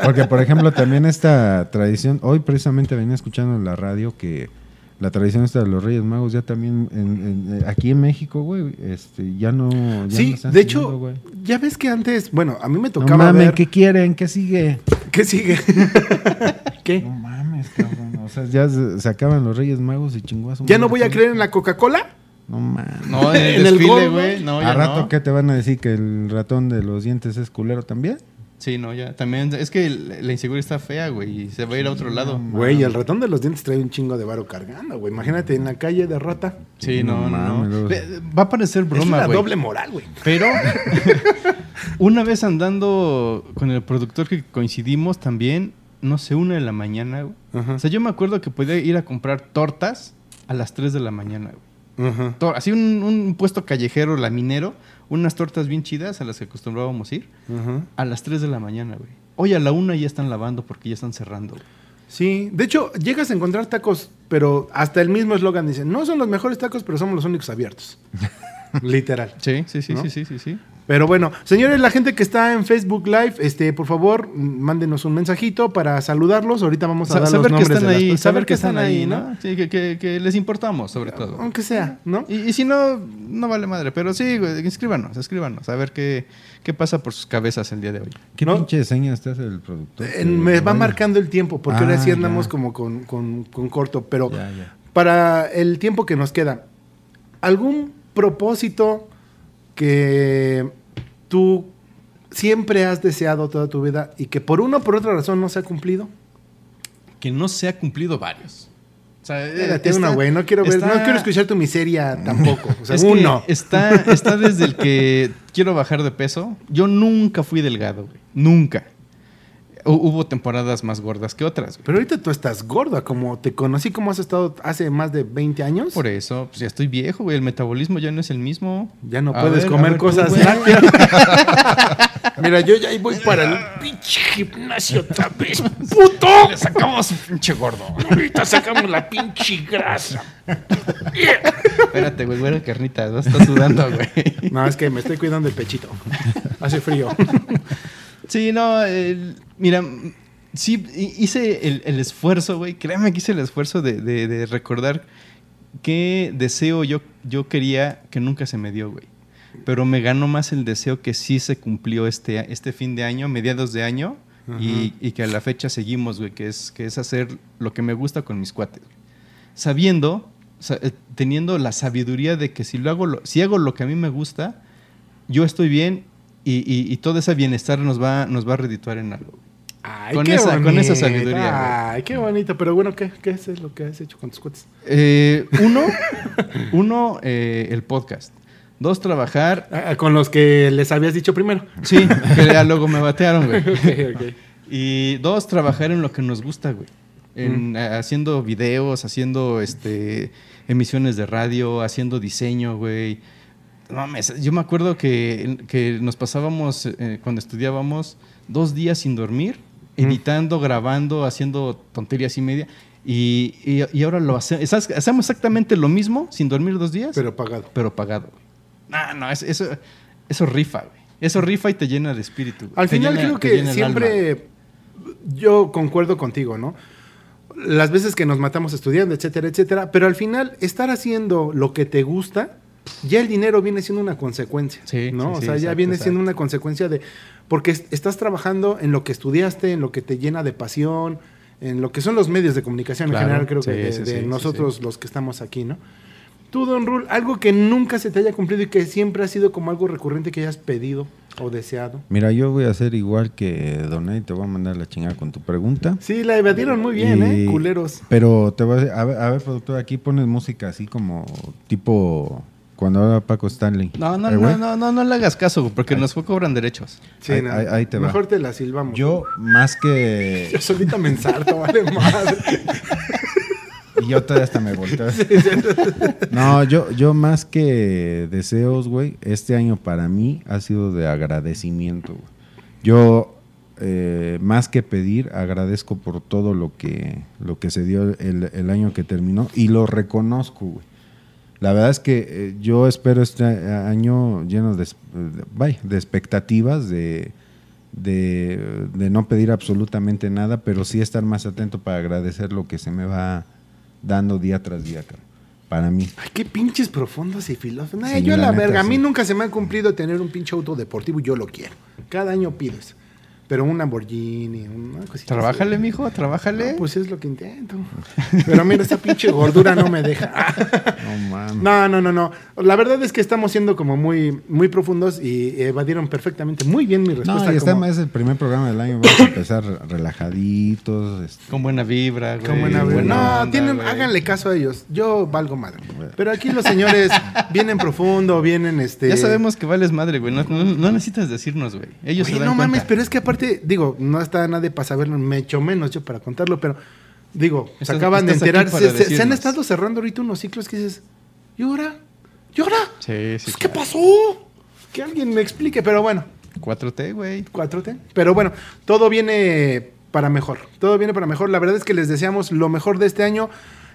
[SPEAKER 1] Porque, por ejemplo, también esta tradición. Hoy precisamente venía escuchando en la radio que la tradición esta de los Reyes Magos ya también. en- en- eh, aquí en México, güey, este, ya no. ya no
[SPEAKER 2] Sí,
[SPEAKER 1] están
[SPEAKER 2] de
[SPEAKER 1] siguiendo,
[SPEAKER 2] hecho,
[SPEAKER 1] güey.
[SPEAKER 2] ya ves que antes, bueno, a mí me
[SPEAKER 1] No
[SPEAKER 2] tocaba
[SPEAKER 1] mames,
[SPEAKER 2] ver...
[SPEAKER 1] ¿qué quieren? ¿Qué sigue?
[SPEAKER 2] ¿Qué sigue? ¿Qué?
[SPEAKER 1] No mames, cabrón. O sea, ya se, se acaban los Reyes Magos y chinguazo.
[SPEAKER 2] ¿Ya no voy a creer en la Coca-Cola?
[SPEAKER 1] No mames.
[SPEAKER 3] No, en el
[SPEAKER 2] En el
[SPEAKER 3] desfile,
[SPEAKER 2] gordo.
[SPEAKER 3] güey. No, ya
[SPEAKER 1] ¿A rato
[SPEAKER 3] no.
[SPEAKER 1] qué te van a decir? ¿Que el ratón de los dientes es culero también?
[SPEAKER 3] Sí, no, ya. También es que el- la inseguridad está fea, güey. Y se va a ir a otro lado.
[SPEAKER 2] Güey, el ratón de los dientes trae un chingo de varo cargando, güey. Imagínate en la calle de rata.
[SPEAKER 3] Sí,
[SPEAKER 1] No
[SPEAKER 3] no, no.
[SPEAKER 1] mames,
[SPEAKER 3] no.
[SPEAKER 1] luego-
[SPEAKER 3] Ve- Va a parecer
[SPEAKER 2] es
[SPEAKER 3] broma,
[SPEAKER 2] una
[SPEAKER 3] güey.
[SPEAKER 2] doble moral, güey.
[SPEAKER 3] Pero una vez andando con el productor que coincidimos también, no sé, una de la mañana, güey.
[SPEAKER 2] Ajá.
[SPEAKER 3] O sea, yo me acuerdo que podía ir a comprar tortas a las 3 de la mañana, güey.
[SPEAKER 2] Ajá.
[SPEAKER 3] Tor- Así un, un puesto callejero, laminero, unas tortas bien chidas a las que acostumbrábamos ir,
[SPEAKER 2] Ajá.
[SPEAKER 3] a las 3 de la mañana, güey. Hoy a la 1 ya están lavando porque ya están cerrando. güey.
[SPEAKER 2] Sí, de hecho, llegas a encontrar tacos, pero hasta el mismo eslogan dice, no son los mejores tacos, pero somos los únicos abiertos. Literal.
[SPEAKER 3] Sí, sí, sí,
[SPEAKER 2] ¿No?
[SPEAKER 3] sí, sí, sí, sí.
[SPEAKER 2] Pero bueno, señores, la gente que está en Facebook Live, este, por favor, mm, mándenos un mensajito para saludarlos. Ahorita vamos a
[SPEAKER 3] Sa-
[SPEAKER 2] dar
[SPEAKER 3] saber
[SPEAKER 2] los
[SPEAKER 3] que
[SPEAKER 2] nombres
[SPEAKER 3] están
[SPEAKER 2] de las
[SPEAKER 3] ahí,
[SPEAKER 2] personas.
[SPEAKER 3] saber que están ahí, ¿no? Sí, que, que- que les importamos, sobre todo.
[SPEAKER 2] Aunque sea, ¿no?
[SPEAKER 3] Y, y si no, no vale madre. Pero sí, güey, inscríbanos, escríbanos. A ver qué, qué pasa por sus cabezas el día de hoy.
[SPEAKER 1] ¿Qué
[SPEAKER 2] No.
[SPEAKER 1] pinche seña estás el productor?
[SPEAKER 2] Eh, me va
[SPEAKER 1] Vaya.
[SPEAKER 2] marcando el tiempo, porque ahora
[SPEAKER 1] Ah,
[SPEAKER 2] sí andamos
[SPEAKER 1] ya.
[SPEAKER 2] como con, con- con corto, pero
[SPEAKER 1] Ya, ya.
[SPEAKER 2] para el tiempo que nos queda, ¿algún propósito que tú siempre has deseado toda tu vida y que por una o por otra razón no se ha cumplido?
[SPEAKER 3] Que no se ha cumplido varios. O sea, eh,
[SPEAKER 2] Espérate
[SPEAKER 3] está-
[SPEAKER 2] una, güey, no quiero ver,
[SPEAKER 3] está-
[SPEAKER 2] no quiero escuchar tu miseria tampoco. O sea,
[SPEAKER 3] es que
[SPEAKER 2] uno.
[SPEAKER 3] está, está desde el que quiero bajar de peso. Yo nunca fui delgado, güey. Nunca. Hu- hubo temporadas más gordas que otras, güey.
[SPEAKER 2] Pero ahorita tú estás gorda, como te conocí, como has estado hace más de 20 años.
[SPEAKER 3] Por eso, pues ya estoy viejo, güey. El metabolismo ya no es el mismo.
[SPEAKER 2] Ya no
[SPEAKER 3] A
[SPEAKER 2] puedes
[SPEAKER 3] ver, a
[SPEAKER 2] comer
[SPEAKER 3] ver, tú,
[SPEAKER 2] cosas
[SPEAKER 3] güey.
[SPEAKER 2] lácteas. Mira, yo ya ahí voy para el pinche gimnasio otra vez. ¡Puto!
[SPEAKER 5] Le sacamos un pinche gordo. Ahorita sacamos la pinche grasa.
[SPEAKER 3] Espérate, güey, güey, carnitas. Vas a estar sudando, güey.
[SPEAKER 2] No, es que me estoy cuidando el pechito. Hace frío.
[SPEAKER 3] Sí, no, el- mira, mm, sí, hi- hice el, el esfuerzo, güey, créeme que hice el esfuerzo de, de- de recordar qué deseo yo, yo quería que nunca se me dio, güey. Pero me ganó más el deseo que sí se cumplió este, a- este fin de año, mediados de año, y, y que a la fecha seguimos, güey, que es, que es hacer lo que me gusta con mis cuates. güey. Sabiendo, sa- eh, teniendo la sabiduría de que si, lo hago lo- si hago lo que a mí me gusta, yo estoy bien y, y, y todo ese bienestar nos va, nos va a redituar en algo.
[SPEAKER 2] Ay,
[SPEAKER 3] Con
[SPEAKER 2] qué
[SPEAKER 3] esa- con esa
[SPEAKER 2] bonito.
[SPEAKER 3] sabiduría, güey.
[SPEAKER 2] Ay, qué bonito. Pero bueno, ¿qué, qué es lo que has hecho con tus cuates?
[SPEAKER 3] Eh, uno, uno eh, el podcast. Dos, trabajar.
[SPEAKER 2] Ah, ah, con los que les habías dicho primero.
[SPEAKER 3] Sí, que ya luego me batearon, güey.
[SPEAKER 2] Ok, ok.
[SPEAKER 3] Y dos, trabajar en lo que nos gusta, güey.
[SPEAKER 2] Mm.
[SPEAKER 3] En, a- Haciendo videos, haciendo este, emisiones de radio, haciendo diseño, güey. No mames, yo me acuerdo que, que nos pasábamos, eh, cuando estudiábamos, dos días sin dormir,
[SPEAKER 2] Mm.
[SPEAKER 3] editando, grabando, haciendo tonterías y media. Y, y- y ahora lo hacemos, hacemos exactamente lo mismo, sin dormir dos días, pero,
[SPEAKER 2] Pero pagado.
[SPEAKER 3] pagado, güey. No, no, es- eso, eso rifa, güey. Eso rifa y te llena de espíritu. güey.
[SPEAKER 2] Mm. Al
[SPEAKER 3] Te
[SPEAKER 2] final
[SPEAKER 3] llena-
[SPEAKER 2] creo
[SPEAKER 3] te
[SPEAKER 2] que
[SPEAKER 3] llena el alma, güey.
[SPEAKER 2] siempre yo concuerdo contigo, ¿no? Las veces que nos matamos estudiando, etcétera, etcétera, pero al final estar haciendo lo que te gusta, ya el dinero viene siendo una consecuencia,
[SPEAKER 3] Sí,
[SPEAKER 2] ¿no?
[SPEAKER 3] sí,
[SPEAKER 2] o
[SPEAKER 3] sí,
[SPEAKER 2] sea, ya
[SPEAKER 3] exacto,
[SPEAKER 2] viene siendo
[SPEAKER 3] exacto.
[SPEAKER 2] una consecuencia de porque es- estás trabajando en lo que estudiaste, en lo que te llena de pasión, en lo que son los medios de comunicación
[SPEAKER 3] Claro,
[SPEAKER 2] en general, creo
[SPEAKER 3] sí,
[SPEAKER 2] que de,
[SPEAKER 3] sí,
[SPEAKER 2] de
[SPEAKER 3] sí, sí,
[SPEAKER 2] nosotros los que estamos aquí, ¿no? Tú, Don Rul, algo que nunca se te haya cumplido y que siempre ha sido como algo recurrente que hayas pedido o deseado.
[SPEAKER 1] Mira, yo voy a hacer igual que Donay, te voy a mandar la chingada con tu pregunta.
[SPEAKER 2] Sí, la evadieron muy bien,
[SPEAKER 1] Y-
[SPEAKER 2] ¿eh? Culeros.
[SPEAKER 1] Pero te voy a decir, a ver, a ver, productor, aquí pones música así como tipo cuando era Paco Stanley.
[SPEAKER 3] No, no,
[SPEAKER 1] Eh, güey,
[SPEAKER 3] no, no, no, no le hagas caso, güey, porque nos cobran derechos.
[SPEAKER 2] Sí,
[SPEAKER 1] ahí-
[SPEAKER 2] no.
[SPEAKER 1] ahí- ahí te va.
[SPEAKER 2] Mejor te la silbamos.
[SPEAKER 1] Yo más que...
[SPEAKER 2] Yo solita me ensarto, vale madre.
[SPEAKER 1] Y yo todavía hasta me volteo. No, yo, yo más que deseos, güey, este año para mí ha sido de agradecimiento, güey. Yo, eh, más que pedir, agradezco por todo lo que, lo que se dio el, el año que terminó y lo reconozco, güey. La verdad es que eh, yo espero este a- año lleno de, es- de- vaya, de expectativas, de, de, de no pedir absolutamente nada, pero sí estar más atento para agradecer lo que se me va dando día tras día, cabrón. Para mí.
[SPEAKER 2] Ay, qué pinches profundos y filósofos. Ay,
[SPEAKER 1] Sí,
[SPEAKER 2] yo a la
[SPEAKER 1] la neta,
[SPEAKER 2] verga. A mí
[SPEAKER 1] sí.
[SPEAKER 2] nunca se me ha cumplido tener un pinche auto deportivo y yo lo quiero. Cada año pido eso. Pero un Lamborghini, una cosita.
[SPEAKER 3] Trabájale,
[SPEAKER 2] así.
[SPEAKER 3] mijo, trabájale.
[SPEAKER 2] No, pues es lo que intento. Pero mira, esa pinche gordura no me deja. Ah,
[SPEAKER 1] No mames.
[SPEAKER 2] No, no, no, no. La verdad es que estamos siendo como muy, muy profundos y evadieron perfectamente, muy bien mi
[SPEAKER 1] No,
[SPEAKER 2] respuesta.
[SPEAKER 1] y está,
[SPEAKER 2] pues como-
[SPEAKER 1] es el primer programa del año. Vamos a empezar relajaditos. este,
[SPEAKER 3] Con buena vibra, güey.
[SPEAKER 2] Como en
[SPEAKER 1] buena
[SPEAKER 2] abril.
[SPEAKER 1] buena
[SPEAKER 2] no,
[SPEAKER 3] onda,
[SPEAKER 2] tienen,
[SPEAKER 3] güey.
[SPEAKER 2] háganle caso a ellos. Yo valgo madre.
[SPEAKER 1] Bueno.
[SPEAKER 2] Pero aquí los señores vienen profundo, vienen este.
[SPEAKER 3] Ya sabemos que vales madre, güey. No, no- no necesitas decirnos, güey. Ellos
[SPEAKER 2] Güey,
[SPEAKER 3] se dan
[SPEAKER 2] no mames,
[SPEAKER 3] cuenta.
[SPEAKER 2] pero es que aparte, digo, no está nadie para saberlo, me echo menos yo para contarlo, pero digo, se
[SPEAKER 3] Estás-
[SPEAKER 2] acaban de
[SPEAKER 3] estás aquí
[SPEAKER 2] enterar. Se,
[SPEAKER 3] para
[SPEAKER 2] se- se han
[SPEAKER 3] decirnos.
[SPEAKER 2] estado cerrando ahorita unos ciclos que dices, ¿y ahora? ¿Y ahora?
[SPEAKER 3] Sí, sí.
[SPEAKER 2] Pues, ¿Qué
[SPEAKER 3] claro.
[SPEAKER 2] pasó? Que alguien me explique, pero bueno,
[SPEAKER 3] 4T, güey.
[SPEAKER 2] 4T. Pero bueno, todo viene para mejor. Todo viene para mejor. La verdad es que les deseamos lo mejor de este año.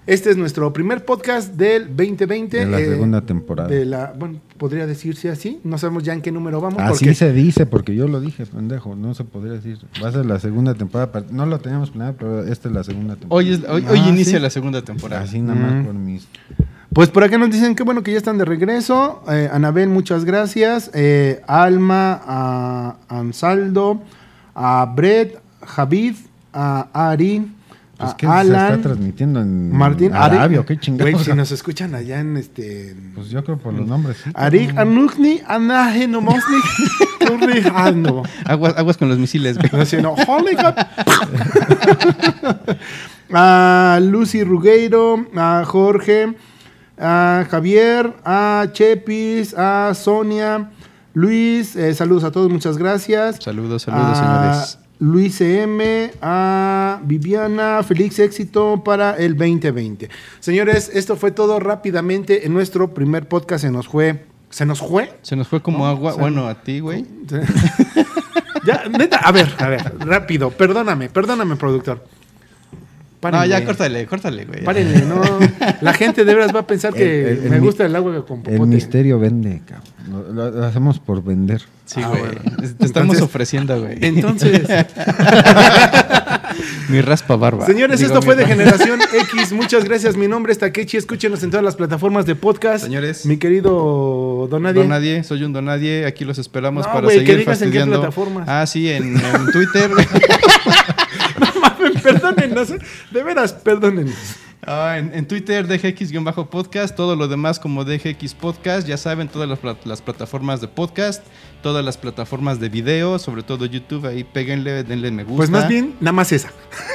[SPEAKER 2] Este es nuestro primer podcast del 2020.
[SPEAKER 1] De la
[SPEAKER 2] eh,
[SPEAKER 1] segunda temporada.
[SPEAKER 2] de la- bueno, podría decirse así. No sabemos ya en qué número vamos.
[SPEAKER 1] Así
[SPEAKER 2] porque
[SPEAKER 1] se dice, porque yo lo dije, pendejo. No se podría decir. Va a ser la segunda temporada. pero- No lo teníamos planeado, pero esta es la segunda temporada.
[SPEAKER 3] Hoy, es- hoy, hoy
[SPEAKER 2] Ah,
[SPEAKER 3] inicia
[SPEAKER 2] sí.
[SPEAKER 3] la segunda temporada.
[SPEAKER 1] Así nada más
[SPEAKER 2] Mm.
[SPEAKER 1] por mis.
[SPEAKER 2] Pues por acá nos dicen que bueno que ya están de regreso. Eh, Anabel, muchas gracias. Eh, Alma, a Ansaldo, a Brett, Javid, a Ari, a
[SPEAKER 1] Pues, ¿qué se
[SPEAKER 2] Alan.
[SPEAKER 1] está transmitiendo en
[SPEAKER 2] Martín
[SPEAKER 1] Arabia?
[SPEAKER 2] Arik-
[SPEAKER 1] ¿o ¿Qué
[SPEAKER 2] Güey,
[SPEAKER 1] chingados?
[SPEAKER 2] si nos escuchan allá en este.
[SPEAKER 1] Pues yo creo por los nombres. sí,
[SPEAKER 2] Arik
[SPEAKER 1] cabrón.
[SPEAKER 2] Anukni Anaje Nomosni Turri Hano.
[SPEAKER 3] Aguas, aguas con los misiles, güey.
[SPEAKER 2] No, sino, holy God. A Ah, Lucy Rugueiro, a Jorge, a Javier, a Chepis, a Sonia, Luis, eh, saludos a todos, muchas gracias.
[SPEAKER 3] Saludos, saludos,
[SPEAKER 2] A
[SPEAKER 3] señores.
[SPEAKER 2] Luis M, a Viviana, feliz éxito para el 2020. Señores, esto fue todo rápidamente en nuestro primer podcast. Se nos fue. ¿Se nos fue?
[SPEAKER 3] Se nos fue como agua.
[SPEAKER 2] o sea,
[SPEAKER 3] bueno, a ti, güey.
[SPEAKER 2] ya, neta, a ver, a ver, rápido. Perdóname, perdóname, productor.
[SPEAKER 3] No, ya
[SPEAKER 2] Párenle.
[SPEAKER 3] córtale, córtale, güey.
[SPEAKER 2] Párenle, no. La gente de veras va a pensar que
[SPEAKER 1] El- el- el
[SPEAKER 2] me
[SPEAKER 1] mi-
[SPEAKER 2] gusta el agua con popote.
[SPEAKER 1] El misterio vende, cabrón. Lo, lo- lo hacemos por vender.
[SPEAKER 3] Sí,
[SPEAKER 2] Ah,
[SPEAKER 3] güey.
[SPEAKER 2] bueno.
[SPEAKER 3] Te estamos
[SPEAKER 2] Entonces-
[SPEAKER 3] ofreciendo, güey.
[SPEAKER 2] Entonces,
[SPEAKER 3] Mi raspa barba.
[SPEAKER 2] señores,
[SPEAKER 3] Digo,
[SPEAKER 2] esto
[SPEAKER 3] mi
[SPEAKER 2] fue de
[SPEAKER 3] ra-
[SPEAKER 2] Generación X. Muchas gracias. Mi nombre es Takechi. Escúchenos en todas las plataformas de podcast.
[SPEAKER 3] Señores.
[SPEAKER 2] Mi querido Donadie.
[SPEAKER 3] Don nadie, soy un don nadie. Aquí los esperamos
[SPEAKER 2] No,
[SPEAKER 3] para
[SPEAKER 2] güey, que
[SPEAKER 3] seguir
[SPEAKER 2] digas en qué
[SPEAKER 3] fastidiando.
[SPEAKER 2] plataformas.
[SPEAKER 3] Ah, sí, en, en Twitter.
[SPEAKER 2] Perdónennos. De veras, perdónennos.
[SPEAKER 3] Ah, en, en Twitter, DGX-podcast, todo lo demás como DGX Podcast, ya saben, todas las, plat- las plataformas de podcast, todas las plataformas de video, sobre todo YouTube, ahí péguenle, denle me gusta.
[SPEAKER 2] Pues más bien, nada más esa.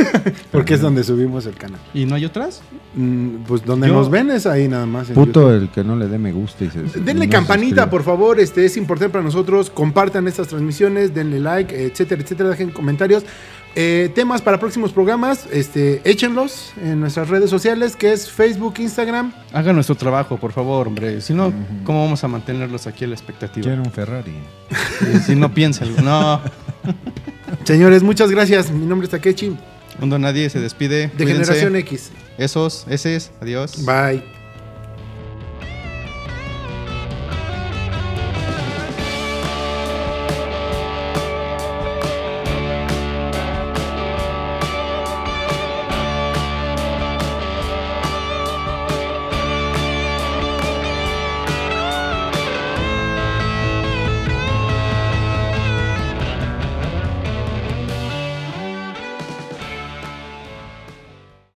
[SPEAKER 2] Porque es donde subimos el canal.
[SPEAKER 3] ¿Y no hay otras?
[SPEAKER 2] Mm, Pues donde
[SPEAKER 3] Yo-
[SPEAKER 2] nos ven es ahí nada más. en
[SPEAKER 1] Puto el que no le dé me gusta y se- se-
[SPEAKER 2] Denle
[SPEAKER 1] no se
[SPEAKER 2] campanita,
[SPEAKER 1] suscriba.
[SPEAKER 2] por favor, este es importante para nosotros. Compartan estas transmisiones, denle like, etcétera, etcétera. Dejen comentarios. Eh, temas para próximos programas, este, échenlos en nuestras redes sociales, que es Facebook, Instagram.
[SPEAKER 3] Hagan nuestro trabajo, por favor, hombre. Si no, ¿cómo vamos a mantenerlos aquí a la expectativa?
[SPEAKER 1] Quiero un Ferrari.
[SPEAKER 3] Eh, Si no, piénsalo. No,
[SPEAKER 2] Señores, muchas gracias. Mi nombre es Takechi, de
[SPEAKER 3] mundo nadie se despide.
[SPEAKER 2] Generación
[SPEAKER 3] Generaciones.
[SPEAKER 2] X.
[SPEAKER 3] Esos, esos, adiós.
[SPEAKER 2] Bye.